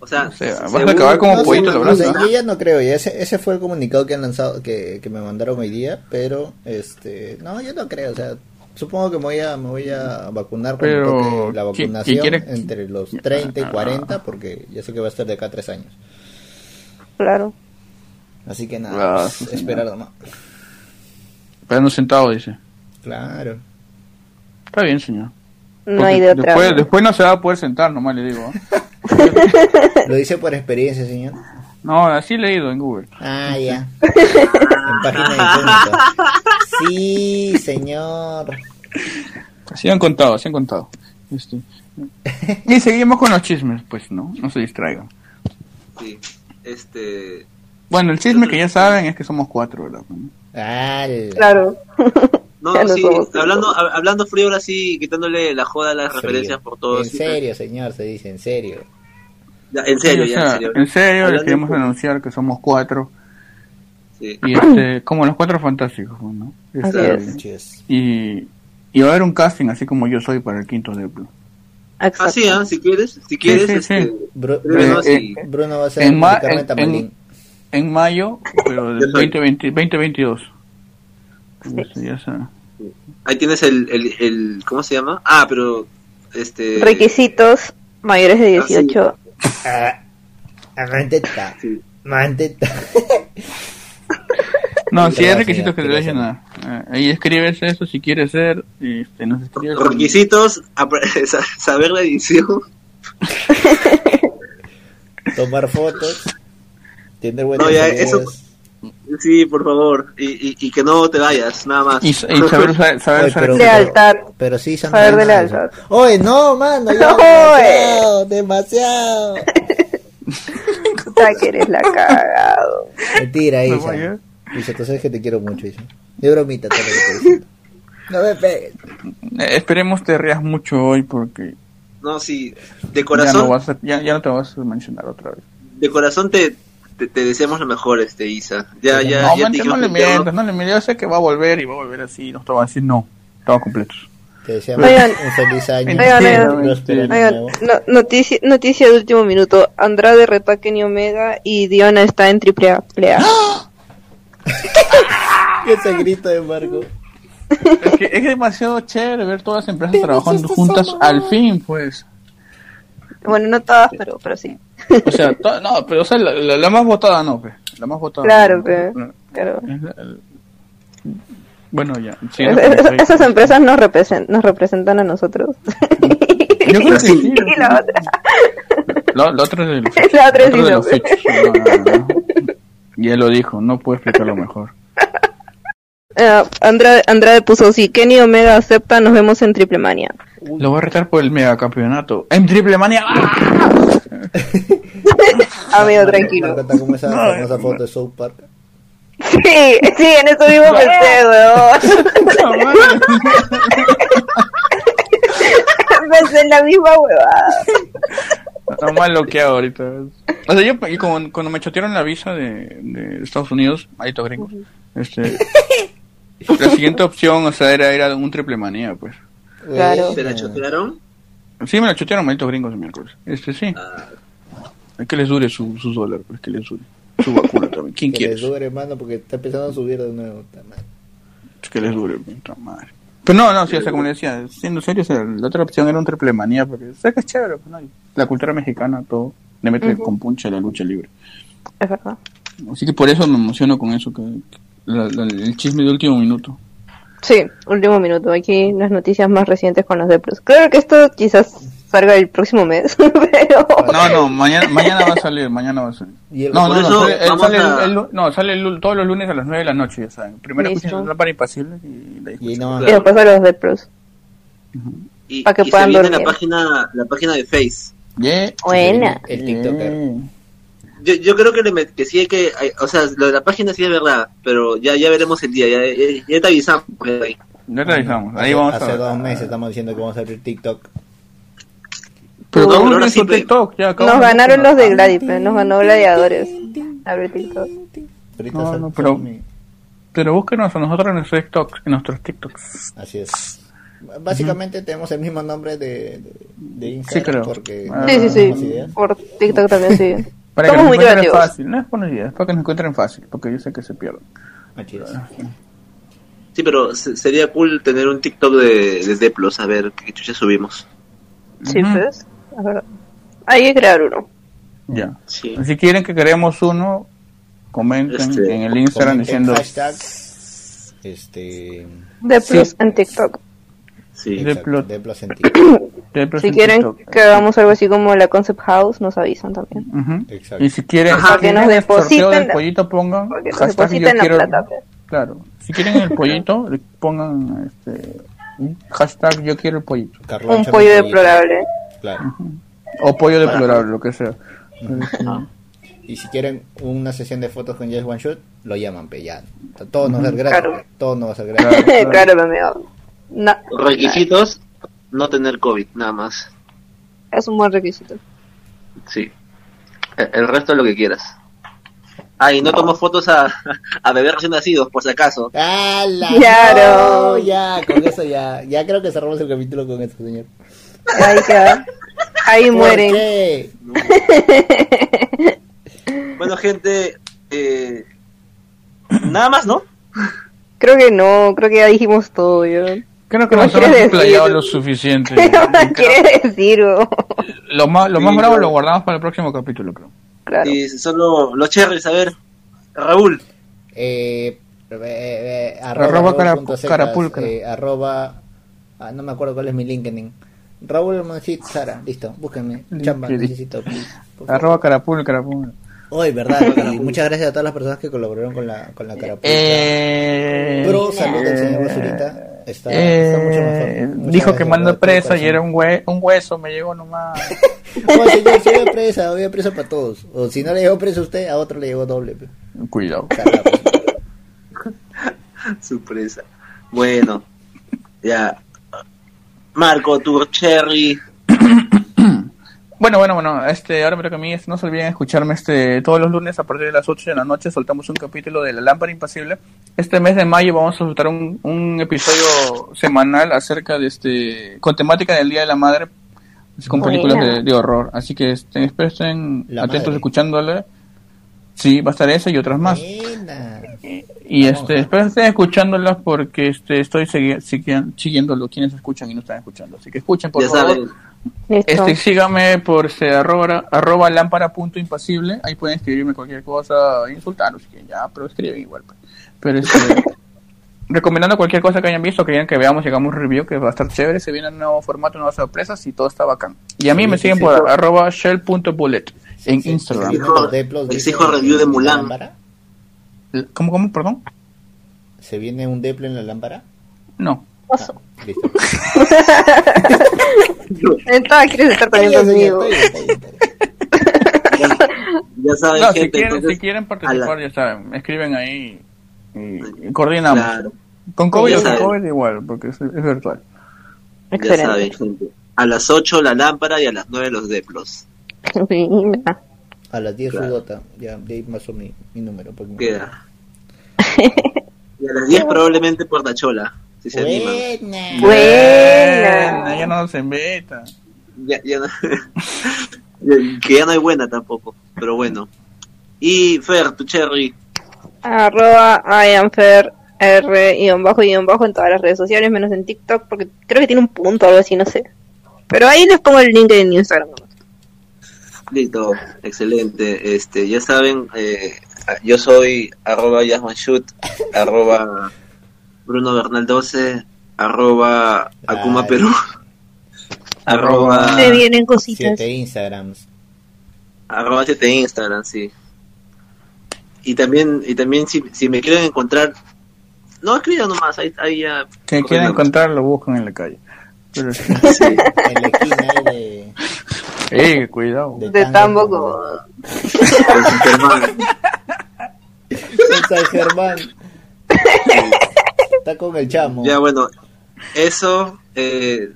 Speaker 2: O sea,
Speaker 1: O sea,
Speaker 2: se-
Speaker 1: Ah, vas a acabar como
Speaker 5: No sé,
Speaker 1: pollito, la
Speaker 5: no
Speaker 1: verdad.
Speaker 5: sé, yo ya no creo, ya ese, ese fue el comunicado que han lanzado, que, que me mandaron hoy día, pero este, no, yo no creo, o sea, supongo que me voy a, me voy a vacunar cuando
Speaker 1: Pero,
Speaker 5: toque la
Speaker 1: ¿quién-
Speaker 5: vacunación
Speaker 1: quién quiere- Ah,
Speaker 5: entre los 30 y 40, porque yo sé que va a estar de acá a tres años.
Speaker 3: Claro.
Speaker 5: Así que
Speaker 1: Ah,
Speaker 5: nada, pues,
Speaker 1: sí,
Speaker 5: esperar nomás.
Speaker 1: Esperando sentado, dice.
Speaker 5: Claro.
Speaker 1: Está bien, señor.
Speaker 3: No
Speaker 1: Porque
Speaker 3: hay de otra.
Speaker 1: después, después no se va a poder sentar, nomás le digo. ¿ah?
Speaker 5: Lo dice por experiencia, señor.
Speaker 1: No, así he leído en Google.
Speaker 5: Ah, ya. En página de incógnito. Sí, señor.
Speaker 1: Así han contado, así han contado. Este, Y seguimos con los chismes, pues no, no se distraigan.
Speaker 2: sí, este,
Speaker 1: Bueno, el chisme que ya saben es que somos cuatro, ¿verdad?
Speaker 5: Al.
Speaker 3: Claro.
Speaker 2: no,
Speaker 3: Ya
Speaker 2: no,
Speaker 3: no
Speaker 2: sí,
Speaker 3: somos cinco.
Speaker 2: hablando, hab- hablando frío ahora sí, quitándole la joda a las
Speaker 5: Frío.
Speaker 2: referencias por todos.
Speaker 5: En serio, señor, se dice en serio.
Speaker 2: Ya, en serio,
Speaker 1: Sí, o
Speaker 2: ya,
Speaker 1: sea,
Speaker 2: en serio.
Speaker 1: Ah, en serio,
Speaker 2: Hablando
Speaker 1: les queremos
Speaker 2: en-
Speaker 1: anunciar que somos cuatro.
Speaker 2: sí.
Speaker 1: Y este, como los cuatro fantásticos, ¿no?
Speaker 3: Así
Speaker 1: Este,
Speaker 3: es.
Speaker 5: Chis.
Speaker 1: Y, y va a haber un casting así como yo soy para el quinto deplo.
Speaker 3: Exacto.
Speaker 2: Ah, sí, ah, si quieres, si quieres,
Speaker 1: sí, sí.
Speaker 2: este,
Speaker 5: Bru-
Speaker 2: Pero no,
Speaker 5: Bruno,
Speaker 1: Eh,
Speaker 2: sí.
Speaker 5: Bruno va a ser
Speaker 1: en ma-
Speaker 5: Carmen
Speaker 1: en-
Speaker 5: Tamalín.
Speaker 1: En mayo, pero del
Speaker 2: Yo soy.
Speaker 1: 2020, 2022. Este, ya saben.
Speaker 2: ahí tienes el, el, el, ¿cómo se llama? Ah, pero, este.
Speaker 3: Requisitos mayores de
Speaker 2: Ah, sí.
Speaker 3: 18.
Speaker 5: Ah, Manteta.
Speaker 2: Sí.
Speaker 5: Manteta.
Speaker 1: No, si hay
Speaker 5: Gracias,
Speaker 1: requisitos que te
Speaker 5: gracias.
Speaker 1: dejen nada. Eh, Ahí escribes eso si quieres ser. Este, nos escribes.
Speaker 2: Requisitos, apre- sa- saber la edición.
Speaker 5: Tomar fotos. Tener buenas
Speaker 2: No, ya,
Speaker 5: ideas.
Speaker 2: eso- Sí, por favor. Y, y, y que no te vayas, nada más.
Speaker 1: Y, y saber usar, saber
Speaker 5: Oye,
Speaker 1: usar
Speaker 5: pero-
Speaker 3: Lealtad.
Speaker 5: Pero sí, son
Speaker 3: Saber de
Speaker 5: ganados.
Speaker 3: lealtad.
Speaker 5: Oye, no, mano, ya
Speaker 3: No, eh.
Speaker 5: demasiado, demasiado.
Speaker 3: Puta que eres la cagado.
Speaker 5: Mentira,
Speaker 1: No,
Speaker 5: Isa.
Speaker 1: vaya.
Speaker 5: Isa, tú sabes que te quiero mucho, Isa. De bromita, todo lo que te diciendo. No me pegues.
Speaker 1: Eh, Esperemos te rías mucho hoy porque
Speaker 2: No, sí, de
Speaker 1: ya no,
Speaker 2: corazón,
Speaker 1: vas a- ya, ya no te vas a mencionar otra vez.
Speaker 2: de corazón te, te, te deseamos lo mejor, este Isa. Ya, ya,
Speaker 1: no,
Speaker 2: ya
Speaker 1: man,
Speaker 2: te
Speaker 1: que no
Speaker 2: dijimos
Speaker 1: le
Speaker 2: que te
Speaker 1: mientas, no le mientas. Yo sé que va a volver y va a volver así. Nos te va a decir no. Estamos completos.
Speaker 5: Te deseamos
Speaker 3: Oigan.
Speaker 5: un feliz año.
Speaker 1: Mentira,
Speaker 3: oigan.
Speaker 5: Un próspero año
Speaker 3: Oigan,
Speaker 5: nuevo.
Speaker 3: no- noticia, noticia de último minuto. Andrade retaque en Omega y Diona está en triple A. Triple A.
Speaker 5: Ese grito de Marco.
Speaker 1: es, que, es demasiado chévere ver todas las empresas trabajando juntas al fin, pues.
Speaker 3: Bueno, no todas, pero, pero sí.
Speaker 1: O sea, to- no, pero o sea, la, la- la más votada no, pues. La más votada.
Speaker 3: Claro, pues.
Speaker 1: no.
Speaker 3: pe. Claro.
Speaker 1: Es la- el- Bueno, ya. sí,
Speaker 3: Es-
Speaker 1: no,
Speaker 3: es-
Speaker 1: sí.
Speaker 3: esas empresas nos, represen- nos representan a nosotros.
Speaker 1: Yo creo que sí.
Speaker 3: Y la otra.
Speaker 1: La, la otra es de los
Speaker 3: La
Speaker 1: fechos.
Speaker 3: otra es
Speaker 1: de
Speaker 3: de
Speaker 1: los
Speaker 3: los-
Speaker 1: fechos. No, no, no. Ya lo dijo, no puedo explicarlo mejor.
Speaker 3: Eh, Andrade, Andrade puso, si Kenny Omega acepta, nos vemos en Triple Mania.
Speaker 1: Lo voy a retar por el megacampeonato. ¡En triple manía! ¡Ah!
Speaker 3: Amigo,
Speaker 5: Marco-
Speaker 3: tranquilo.
Speaker 5: Marco está como esa
Speaker 1: No,
Speaker 5: famosa foto de South Park.
Speaker 3: Sí, sí, en eso mismo pensé, weón. pensé en la misma huevada.
Speaker 1: Está mal lo que hago ahorita. O sea, yo y como- cuando me chotearon la visa de, de Estados Unidos, ahí todos gringos, este, la siguiente opción, o sea, era, era un triple manía, pues.
Speaker 3: Claro.
Speaker 2: la- ¿Te la chotearon?
Speaker 1: Sí, me la chotearon, malditos gringos, miércoles. Este, sí.
Speaker 2: Ah,
Speaker 1: Que les dure su, su dólar, pues, que les dure. Su vacuna también. ¿Quién
Speaker 5: Que
Speaker 1: quiere?
Speaker 5: le dure, hermano, porque está empezando a subir de nuevo. puta madre.
Speaker 1: Que les dure, puta madre. Pero no, no, sí, o sea, como le decía, siendo serio, o sea, la otra opción era un triple manía, porque sé que es chévere, pues, ¿no? Y la cultura mexicana, todo, le mete con puncha a la lucha libre.
Speaker 3: Es verdad.
Speaker 1: Así que por eso me emociono con eso, que, que la- la- el chisme de último minuto.
Speaker 3: Sí, último minuto. Aquí las noticias más recientes con los de Plus. Claro que esto quizás salga el próximo mes, pero...
Speaker 1: No, no, mañana, mañana va a salir, mañana va a salir.
Speaker 5: Y el-
Speaker 1: No, no,
Speaker 2: Por
Speaker 1: no,
Speaker 2: eso
Speaker 1: sale, él
Speaker 2: vamos
Speaker 1: sale el-
Speaker 2: a-
Speaker 1: el lu- no, sale el lu- todos los lunes a las 9 de la noche, ya saben. Primero
Speaker 3: Listo.
Speaker 1: escuchen la para impasible y la
Speaker 5: Y
Speaker 1: escuchan.
Speaker 5: no,
Speaker 3: Y después a los de Plus.
Speaker 2: y,
Speaker 3: Pa' que
Speaker 2: y se
Speaker 3: puedan
Speaker 2: viene la
Speaker 3: dormir.
Speaker 2: página, la página de Face.
Speaker 1: Yeah.
Speaker 3: Buena.
Speaker 5: El TikToker.
Speaker 1: Yeah.
Speaker 2: yo, yo creo que, le met- que sí hay que, hay- o sea, lo de la página sí es verdad, pero ya, ya veremos el día, ya, ya, ya te avisamos. pues, ahí.
Speaker 1: Ya revisamos. Mm. Ahí
Speaker 5: Hace-
Speaker 1: vamos
Speaker 5: Hace
Speaker 1: a
Speaker 5: dos meses estamos diciendo que vamos a abrir TikTok.
Speaker 1: Pero cada uno
Speaker 2: Ahora
Speaker 1: tiene
Speaker 2: sí,
Speaker 1: su
Speaker 2: pe-
Speaker 1: TikTok. Ya, cada
Speaker 3: Nos
Speaker 1: uno
Speaker 3: ganaron
Speaker 1: tiene
Speaker 3: los
Speaker 1: su-
Speaker 3: de Gladi, pero nos ganó Gladiadores. Abre TikTok.
Speaker 5: Ahorita
Speaker 1: No,
Speaker 5: sal-
Speaker 1: no, pero-
Speaker 5: mi-
Speaker 1: Pero búsquenos a nosotros en nuestros TikToks. En nuestros TikToks.
Speaker 5: Así es. Básicamente tenemos el mismo nombre de, de, de Instagram
Speaker 1: creo.
Speaker 5: porque
Speaker 1: Ah.
Speaker 3: Sí, sí,
Speaker 5: tenemos las
Speaker 3: sí.
Speaker 5: ideas.
Speaker 3: Por TikTok también, sí.
Speaker 1: Para que
Speaker 3: Somos
Speaker 1: nos
Speaker 3: muy
Speaker 1: encuentren
Speaker 3: creativos.
Speaker 1: fácil. No es por idea, es para que nos encuentren fácil. Porque yo sé que se pierden.
Speaker 5: Así es.
Speaker 2: Sí, pero se- sería cool tener un TikTok de, de Deplos, a ver qué chucha subimos.
Speaker 3: Sí,
Speaker 1: Ujú.
Speaker 3: pues. es verdad. Hay que crear uno.
Speaker 1: Ya.
Speaker 2: Sí.
Speaker 1: Si quieren que creemos uno, comenten
Speaker 2: Este,
Speaker 1: en el Instagram
Speaker 5: Comenten
Speaker 1: diciendo
Speaker 5: hashtag este
Speaker 3: De
Speaker 1: Sí.
Speaker 3: plus en TikTok.
Speaker 2: Sí.
Speaker 1: De
Speaker 5: exacto,
Speaker 1: plot.
Speaker 5: de plot en TikTok.
Speaker 1: "Te presento
Speaker 3: Si quieren
Speaker 1: TikTok".
Speaker 3: que hagamos algo así como la Concept House, nos avisan también.
Speaker 1: Ujú.
Speaker 5: Exacto.
Speaker 1: Y si quieren si
Speaker 2: Ajá,
Speaker 3: que
Speaker 1: quieren
Speaker 3: nos
Speaker 1: el
Speaker 3: depositen
Speaker 1: sorteo del
Speaker 3: la-
Speaker 1: pollito pongan
Speaker 3: porque nos
Speaker 1: hashtag
Speaker 3: depositen
Speaker 1: yo
Speaker 3: la
Speaker 1: quiero-
Speaker 3: plata, pues.
Speaker 1: Claro, si quieren el pollito le pongan este hashtag yo quiero el pollito
Speaker 5: Carloncho
Speaker 3: Un
Speaker 5: me
Speaker 3: pollo
Speaker 5: apoya.
Speaker 3: deplorable.
Speaker 5: Claro.
Speaker 1: o pollo deplorable, lo que sea. Este,
Speaker 5: Y si quieren una sesión de fotos con Yes One Shot, lo llaman pe ya. Todo no va a ser gratis.
Speaker 3: Claro.
Speaker 5: Todo no va a ser
Speaker 1: Claro.
Speaker 5: gratis.
Speaker 3: claro, mi amigo. No,
Speaker 2: Requisitos, no tener COVID, nada más.
Speaker 3: es un buen requisito.
Speaker 2: Sí. E-, El, el resto lo que quieras. Ah, y no tomo fotos a, a bebés recién nacidos, por si acaso.
Speaker 5: ¡Hala!
Speaker 3: Claro.
Speaker 5: No, ya, con eso ya. Ya creo que cerramos el capítulo con esto, señor.
Speaker 3: Ahí queda. Ahí
Speaker 5: ¿Por
Speaker 3: mueren.
Speaker 5: qué?
Speaker 2: Bueno, gente, eh, nada más, ¿no?
Speaker 3: Creo que no, creo que ya dijimos todo. Yo.
Speaker 1: Creo que
Speaker 3: No
Speaker 1: nos hemos
Speaker 3: quiere
Speaker 1: explayado
Speaker 3: decir.
Speaker 1: lo suficiente.
Speaker 3: ¿Qué más quieres decir, bo?
Speaker 1: Lo más, lo más
Speaker 2: Sí,
Speaker 1: bravo
Speaker 2: yo-
Speaker 1: lo guardamos para el próximo capítulo, creo.
Speaker 3: Claro.
Speaker 2: Y solo los cherries, a ver. Raúl,
Speaker 5: Eh, eh, eh,
Speaker 1: Arroba cara-
Speaker 5: punto secas,
Speaker 1: carapulcra.
Speaker 5: eh, arroba. ah, no me acuerdo cuál es mi LinkedIn. Raúl Hermoncit Sara, listo, búsquenme. Chamba,
Speaker 1: LinkedIn.
Speaker 5: necesito. please, por favor.
Speaker 1: Arroba carapul, carapul.
Speaker 5: Hoy, ¿verdad? Y muchas gracias a todas las personas que colaboraron con la, con la carapulcra.
Speaker 1: Eh,
Speaker 5: Bro, salud al señor Basurita. Está,
Speaker 1: eh,
Speaker 5: está mucho mejor. Muchas
Speaker 1: dijo
Speaker 5: gracias,
Speaker 1: que mando
Speaker 5: de todo
Speaker 1: presa y
Speaker 5: corazón.
Speaker 1: era un, hue- un hueso, me llegó nomás.
Speaker 5: No, señor, si había presa, había presa para todos. O si no le llegó presa a usted, a otro le llegó doble. pues. pe.
Speaker 1: Cuidado.
Speaker 5: Carajo.
Speaker 2: sorpresa. Bueno, ya. Marco, tu cherry.
Speaker 1: Bueno, bueno, bueno, este, ahora me toca a mí, no se olviden escucharme este, todos los lunes a partir de las 8 de la noche, soltamos un capítulo de La Lámpara Impasible. Este mes de mayo vamos a soltar un, un episodio semanal acerca de este, con temática del Día de la Madre, con
Speaker 3: Buena.
Speaker 1: películas de, de horror, así que este, espero estén
Speaker 5: Oh, La
Speaker 1: atentos
Speaker 5: Madre.
Speaker 1: escuchándole. Sí, va a estar esa y otras más.
Speaker 5: Buena.
Speaker 1: Y
Speaker 5: Vamos,
Speaker 1: este,
Speaker 5: ¿no?
Speaker 1: espero estén escuchándolas porque este, estoy segui- siguiendo siguiéndolo, quienes escuchan y no están escuchando, así que escuchen por
Speaker 2: ya
Speaker 1: favor.
Speaker 2: saben.
Speaker 3: Listo.
Speaker 1: Este, sígame por este, arroba, arroba lámpara punto impasible. Ahí pueden escribirme cualquier cosa, insultarnos, que ya, pero escriben igual. pues. Pero este, recomendando cualquier cosa que hayan visto, que quieran que veamos, llegamos review, que va a estar chévere. Se viene un nuevo formato, nuevas sorpresas y todo está bacán. Y a mí
Speaker 5: Sí,
Speaker 1: me
Speaker 5: sí,
Speaker 1: siguen
Speaker 5: sí,
Speaker 1: por
Speaker 5: sí.
Speaker 1: arroba shell.bullet en
Speaker 5: Sí,
Speaker 1: Instagram.
Speaker 5: exijo- los deplos de-
Speaker 2: exijo review de Mulan.
Speaker 5: la lámpara.
Speaker 1: ¿Cómo, cómo, perdón?
Speaker 5: ¿Se viene un deplo en la lámpara?
Speaker 1: No.
Speaker 5: Ah, listo.
Speaker 3: Entonces, ¿quieres estar
Speaker 5: Está
Speaker 3: también
Speaker 5: bien,
Speaker 3: conmigo?
Speaker 5: señor, está bien, está bien.
Speaker 2: Ya, ya saben,
Speaker 1: No,
Speaker 2: gente.
Speaker 1: si quieren,
Speaker 2: entonces,
Speaker 1: si quieren
Speaker 2: a
Speaker 1: participar,
Speaker 2: la-
Speaker 1: ya saben, escriben ahí y, y coordinamos.
Speaker 2: Claro. Pues
Speaker 1: Con COVID
Speaker 2: Ya
Speaker 1: o sin
Speaker 2: saben.
Speaker 1: COVID igual, porque es- es virtual.
Speaker 2: ya saben,
Speaker 3: Excelente.
Speaker 2: gente. A las 8 la lámpara y a las 9 los deplos.
Speaker 3: Mira.
Speaker 5: A las 10
Speaker 2: Claro.
Speaker 5: su dota. Ya, de ahí pasó mi, mi número. porque-
Speaker 2: Queda. Y a las 10 probablemente por Tachola, si se animan.
Speaker 5: Buena.
Speaker 3: Buena.
Speaker 1: Buena, Ya no nos invita.
Speaker 2: Ya- ya no- que ya no hay buena tampoco, pero bueno. Y Fer, tu cherry.
Speaker 3: Arroba I am fair, R guión bajo guión bajo en todas las redes sociales, menos en TikTok, porque creo que tiene un punto o algo así, no sé. Pero ahí les pongo el link en Instagram. nomás.
Speaker 2: Listo, excelente. Este, ya saben, eh, yo soy arroba yasmanshut, arroba Bruno Bernal 12, arroba Akuma
Speaker 5: Ay.
Speaker 2: Perú, arroba,
Speaker 3: Se vienen cositas.
Speaker 5: Siete Instagrams.
Speaker 2: arroba 7 Instagram, sí. Y también, y también si, si me quieren encontrar, no escriban nomás, ahí, ahí ya.
Speaker 1: Que quieran
Speaker 2: coordinamos.
Speaker 1: encontrar, lo buscan en la calle. Pero sí.
Speaker 2: Sí.
Speaker 5: En la esquina ahí de.
Speaker 1: Eh, cuidado.
Speaker 5: De
Speaker 3: De
Speaker 5: Tango
Speaker 3: tampoco.
Speaker 2: Con San Germán.
Speaker 5: con San Germán. Está con el chamo.
Speaker 2: Ya, bueno, eso. Eh,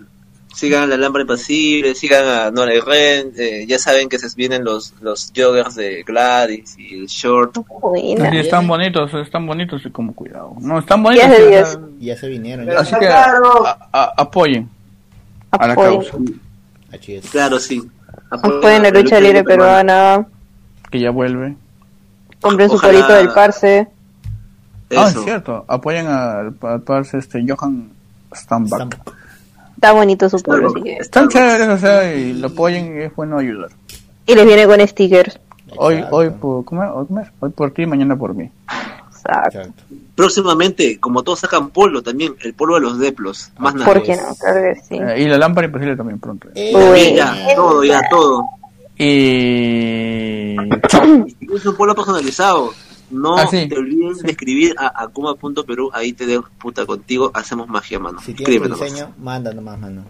Speaker 2: sigan la Alhambra Impasible, sigan a Nora Ren. Eh, ya saben que se vienen los, los joggers de Gladys y el short.
Speaker 3: Buena.
Speaker 1: Sí, están bonitos, están bonitos y como cuidado. No, están bonitos.
Speaker 3: Diez de
Speaker 1: o sea,
Speaker 3: diez.
Speaker 5: Ya se vinieron.
Speaker 4: Pero
Speaker 5: Ya.
Speaker 1: Así que
Speaker 4: Claro.
Speaker 1: a- a- apoyen a la
Speaker 3: Apoyen.
Speaker 1: causa,
Speaker 5: Así es.
Speaker 2: Claro, sí. Apoyen
Speaker 3: Apoyen la lucha libre peruana.
Speaker 1: que ya vuelve.
Speaker 3: Compren su
Speaker 2: Ojalá-
Speaker 3: palito del parce.
Speaker 1: Ah, es
Speaker 2: Eso.
Speaker 1: cierto, apoyen al al parce este Johan Stambach.
Speaker 5: Estamos-
Speaker 3: Está bonito su pueblo, así que-
Speaker 1: Están chéveres, o sea, y lo apoyen y es bueno ayudar.
Speaker 3: Y les viene con stickers.
Speaker 1: Hoy,
Speaker 5: Exacto.
Speaker 1: hoy, por, ¿cómo es? Hoy, ¿cómo es? Hoy por ti, mañana por mí.
Speaker 3: Exacto.
Speaker 5: Exacto.
Speaker 2: Próximamente, como todos sacan polo también, el polo de los deplos. Más nada.
Speaker 3: ¿Por qué no? Claro que sí.
Speaker 1: Eh, y la lámpara imposible también pronto.
Speaker 2: También
Speaker 5: Eh,
Speaker 3: Uy.
Speaker 2: ya, todo, ya, todo.
Speaker 1: Y
Speaker 2: Es un polo personalizado. No
Speaker 1: Ah, sí.
Speaker 2: te olvides de escribir a acuma.peru, ahí te dejo puta contigo, hacemos magia, mano.
Speaker 5: Si tienes
Speaker 2: Escríbeme
Speaker 5: tu
Speaker 2: nomás.
Speaker 5: diseño, manda nomás, mano.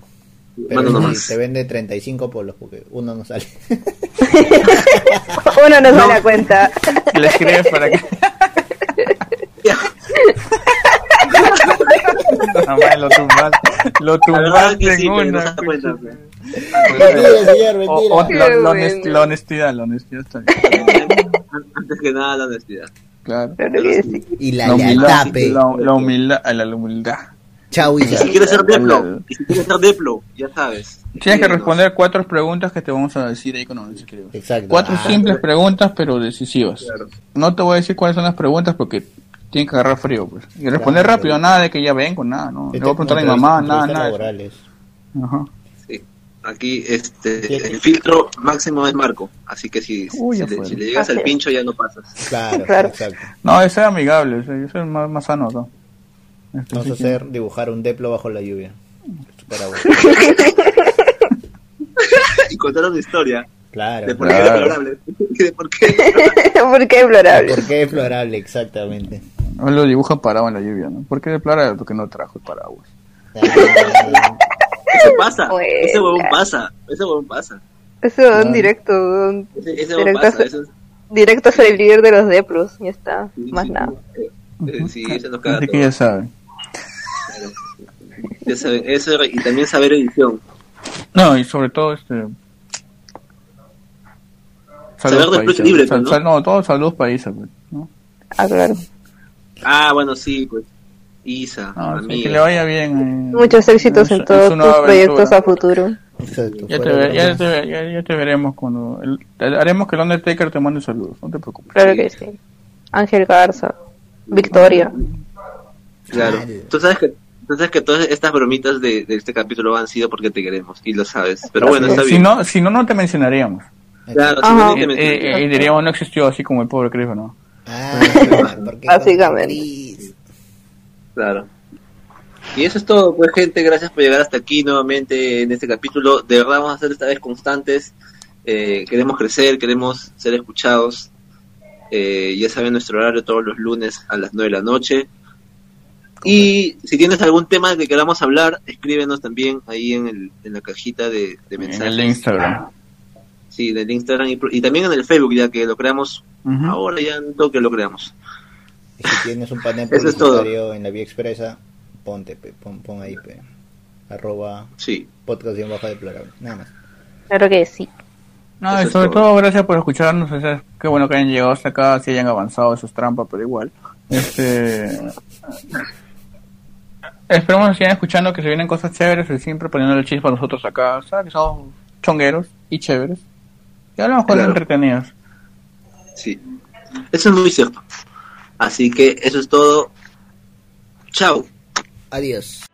Speaker 5: Pero
Speaker 2: Manda
Speaker 5: si
Speaker 2: nomás.
Speaker 5: te vende 35 polos porque uno no sale.
Speaker 3: Uno no se da cuenta.
Speaker 1: le escribes para que. Nada más Ah, lo tumbas, lo
Speaker 2: La verdad
Speaker 1: tumbaste
Speaker 2: que sí,
Speaker 1: en
Speaker 2: pero no se
Speaker 1: una.
Speaker 2: da cuenta. pues.
Speaker 5: mentira, señor,
Speaker 1: O- o-
Speaker 5: mentira.
Speaker 1: la, la
Speaker 3: Qué
Speaker 1: honest-
Speaker 3: bueno.
Speaker 1: la honestidad, la honestidad está bien.
Speaker 2: Antes que nada, la honestidad.
Speaker 1: Claro.
Speaker 3: Claro que sí.
Speaker 5: Y la
Speaker 1: La humildad,
Speaker 5: lealtad, pe.
Speaker 1: la, la humildad, la, la humildad.
Speaker 5: Chau,
Speaker 2: Y
Speaker 5: hija.
Speaker 2: si quieres ser
Speaker 1: Hola.
Speaker 2: Deplo, y si quieres ser Deplo, ya sabes.
Speaker 1: Tienes que
Speaker 2: Escríbenos.
Speaker 1: responder cuatro preguntas que te vamos a decir ahí cuando nos escribas.
Speaker 5: Exacto.
Speaker 1: Cuatro
Speaker 5: Ah,
Speaker 1: simples preguntas, pero decisivas.
Speaker 2: Claro.
Speaker 1: No te voy a decir cuáles son las preguntas porque tienen que agarrar frío. Pues. Y responder
Speaker 5: Claro.
Speaker 1: rápido, nada de que ya vengo, nada. No. Le
Speaker 5: este
Speaker 1: voy a preguntar a mi
Speaker 5: entrevista-
Speaker 1: mamá, nada,
Speaker 5: entrevistas
Speaker 1: nada.
Speaker 5: laborales.
Speaker 1: Ajá.
Speaker 2: Sí. Aquí este,
Speaker 5: Siete.
Speaker 2: el filtro máximo es Marco, así que si,
Speaker 1: Uy, ya
Speaker 2: si, le,
Speaker 1: fue.
Speaker 2: si le llegas al pincho ya no pasas.
Speaker 5: Claro,
Speaker 3: Claro.
Speaker 5: exacto.
Speaker 1: No, ese es amigable, ese, ese es más, más sano. ¿no? Este,
Speaker 5: Vamos a
Speaker 1: sí que-
Speaker 5: hacer dibujar un deplo bajo la lluvia. Para vos.
Speaker 2: y contar una historia
Speaker 5: Claro.
Speaker 2: de por qué
Speaker 1: Claro.
Speaker 2: era favorable, de por qué
Speaker 3: ¿Por qué deplorable?
Speaker 5: ¿Por qué es florable? Exactamente.
Speaker 1: no lo dibuja parado en la lluvia, ¿no? ¿Por qué de plata? Porque no trajo el paraguas.
Speaker 5: Ah,
Speaker 2: Eso pasa,
Speaker 3: Pues,
Speaker 2: ese huevón
Speaker 3: claro.
Speaker 2: pasa, ese huevón pasa,
Speaker 3: Eso es un directo. un
Speaker 2: ese, ese huevón
Speaker 3: directo,
Speaker 2: pasa,
Speaker 3: fue-
Speaker 2: eso es-
Speaker 3: directo fue el líder de los Deplos. Ya está.
Speaker 2: sí,
Speaker 3: Más
Speaker 2: sí,
Speaker 3: nada.
Speaker 2: eh, eh, Sí, eso nos caga
Speaker 1: Ah, Así que
Speaker 2: todo.
Speaker 1: ya saben.
Speaker 2: Ya saben, eso y también saber edición,
Speaker 1: No, y sobre todo, este.
Speaker 2: Saber del precio libre, pues,
Speaker 1: Sal-
Speaker 2: ¿no?
Speaker 1: pues. sal- no, todo saludos para Isa, pues, ¿no?
Speaker 3: Ah, claro.
Speaker 2: ah bueno sí pues, Isa,
Speaker 1: No, sí, que le
Speaker 2: amiga,
Speaker 1: vaya bien. eh,
Speaker 3: Muchos éxitos
Speaker 1: su-
Speaker 3: en todos
Speaker 1: su
Speaker 3: tus
Speaker 1: nueva
Speaker 3: proyectos
Speaker 1: aventura.
Speaker 3: a futuro.
Speaker 5: exacto,
Speaker 1: Ya te,
Speaker 5: fuera
Speaker 1: ve-
Speaker 5: de
Speaker 1: ya,
Speaker 5: broma.
Speaker 1: te ve- ya- ya te veremos cuando. el- te- haremos que el Undertaker te mande saludos, no te preocupes.
Speaker 3: Claro que sí. Ángel Garza. Victoria.
Speaker 2: claro,
Speaker 5: Claro.
Speaker 2: tú sabes que tú sabes que todas estas bromitas de, de este capítulo han sido porque te queremos y lo sabes, pero bueno está
Speaker 1: si
Speaker 2: bien,
Speaker 1: No, eh, si no, no te mencionaríamos.
Speaker 2: claro,
Speaker 3: Ajá.
Speaker 2: sí,
Speaker 1: Y
Speaker 2: sí, sí, sí.
Speaker 1: diríamos, no existió así como el pobre Chris, ¿no?
Speaker 5: Ah, claro, ¿por qué
Speaker 3: Básicamente.
Speaker 5: Cris?
Speaker 2: Claro. Y eso es todo, pues gente, gracias por llegar hasta aquí nuevamente en este capítulo. De verdad vamos a ser esta vez constantes. Eh, queremos crecer, queremos ser escuchados. Eh, ya saben nuestro horario todos los lunes a las 9 de la noche. Y si tienes algún tema del que queramos hablar, escríbenos también ahí en, el- en la cajita de, de
Speaker 1: En
Speaker 2: mensajes.
Speaker 1: el
Speaker 2: Ah,
Speaker 1: Instagram.
Speaker 2: Sí, del Instagram y, y también en el Facebook, ya que lo creamos.
Speaker 1: Ujú.
Speaker 2: Ahora ya no que lo creamos.
Speaker 5: Y Si tienes un panel
Speaker 2: Eso es todo.
Speaker 5: publicitario en la vía expresa, ponte, pe, pon, pon ahí, pe. Arroba
Speaker 2: Sí.
Speaker 5: podcast bien bajo deplorable. Nada más.
Speaker 3: Claro que sí.
Speaker 1: No,
Speaker 2: Eso
Speaker 1: y
Speaker 2: es
Speaker 1: sobre
Speaker 2: todo.
Speaker 1: todo, gracias por escucharnos. o sea, qué bueno que hayan llegado hasta acá, si hayan avanzado sus trampas, pero igual. Este. Esperemos que sigan escuchando, que se vienen cosas chéveres y siempre poniendo el chispa a nosotros acá. O sea, que somos chongueros y chéveres. Y hablamos cosas
Speaker 2: Claro.
Speaker 1: entretenidas.
Speaker 2: Sí. Eso es muy cierto. Así que eso es todo. Chao.
Speaker 5: Adiós.